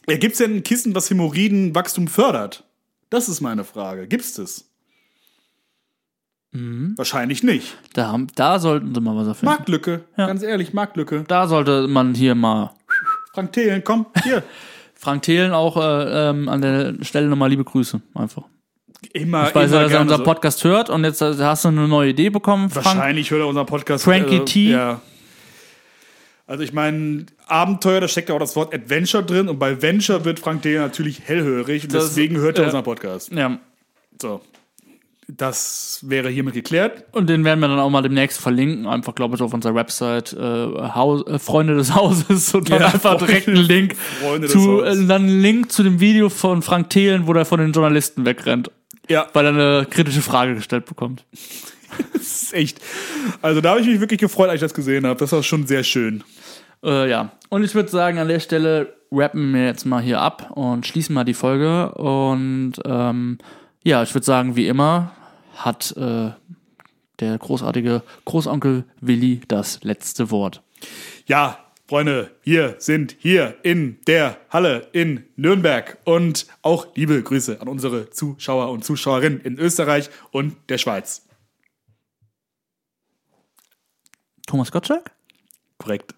Speaker 5: Ja, Gibt es denn ein Kissen, was Hämorrhoidenwachstum fördert? Das ist meine Frage. Gibt's das?
Speaker 4: Mhm.
Speaker 5: Wahrscheinlich nicht.
Speaker 4: Da, haben- da sollten sie mal was erfinden.
Speaker 5: Marktlücke. Ganz ehrlich, Marktlücke.
Speaker 4: Da sollte man hier mal
Speaker 5: Frank Thelen, komm, hier.
Speaker 4: Frank Thelen auch äh, ähm, an der Stelle nochmal liebe Grüße einfach.
Speaker 5: Immer,
Speaker 4: Ich weiß ja, dass
Speaker 5: immer
Speaker 4: er
Speaker 5: gerne
Speaker 4: unseren
Speaker 5: so.
Speaker 4: Podcast hört und jetzt äh, hast du eine neue Idee bekommen, Frank.
Speaker 5: Wahrscheinlich hört er unseren Podcast.
Speaker 4: Frankie
Speaker 5: also,
Speaker 4: T.
Speaker 5: Ja. Also ich meine, Abenteuer, da steckt ja auch das Wort Adventure drin und bei Venture wird Frank Thelen natürlich hellhörig und
Speaker 4: Das-
Speaker 5: deswegen hört er
Speaker 4: ja.
Speaker 5: unseren Podcast.
Speaker 4: Ja.
Speaker 5: So. Das wäre hiermit geklärt.
Speaker 4: Und den werden wir dann auch mal demnächst verlinken, einfach glaube ich auf unserer Website äh, Haus, äh, Freunde des Hauses und dann
Speaker 5: Ja,
Speaker 4: einfach direkt einen Link
Speaker 5: Freunde des
Speaker 4: zu
Speaker 5: Hauses.
Speaker 4: äh, dann einen Link zu dem Video von Frank Thelen, wo der von den Journalisten wegrennt,
Speaker 5: Ja,
Speaker 4: weil er eine kritische Frage gestellt bekommt.
Speaker 5: das ist echt. Also da habe ich mich wirklich gefreut, als ich das gesehen habe. Das war schon sehr schön.
Speaker 4: Äh, ja. Und ich würde sagen, an der Stelle rappen wir jetzt mal hier ab und schließen mal die Folge. Und ähm, ja, ich würde sagen, wie immer hat äh, der großartige Großonkel Willi das letzte Wort.
Speaker 5: Ja, Freunde, wir sind hier in der Halle in Nürnberg und auch liebe Grüße an unsere Zuschauer und Zuschauerinnen in Österreich und der Schweiz.
Speaker 4: Thomas Gottschalk?
Speaker 5: Korrekt.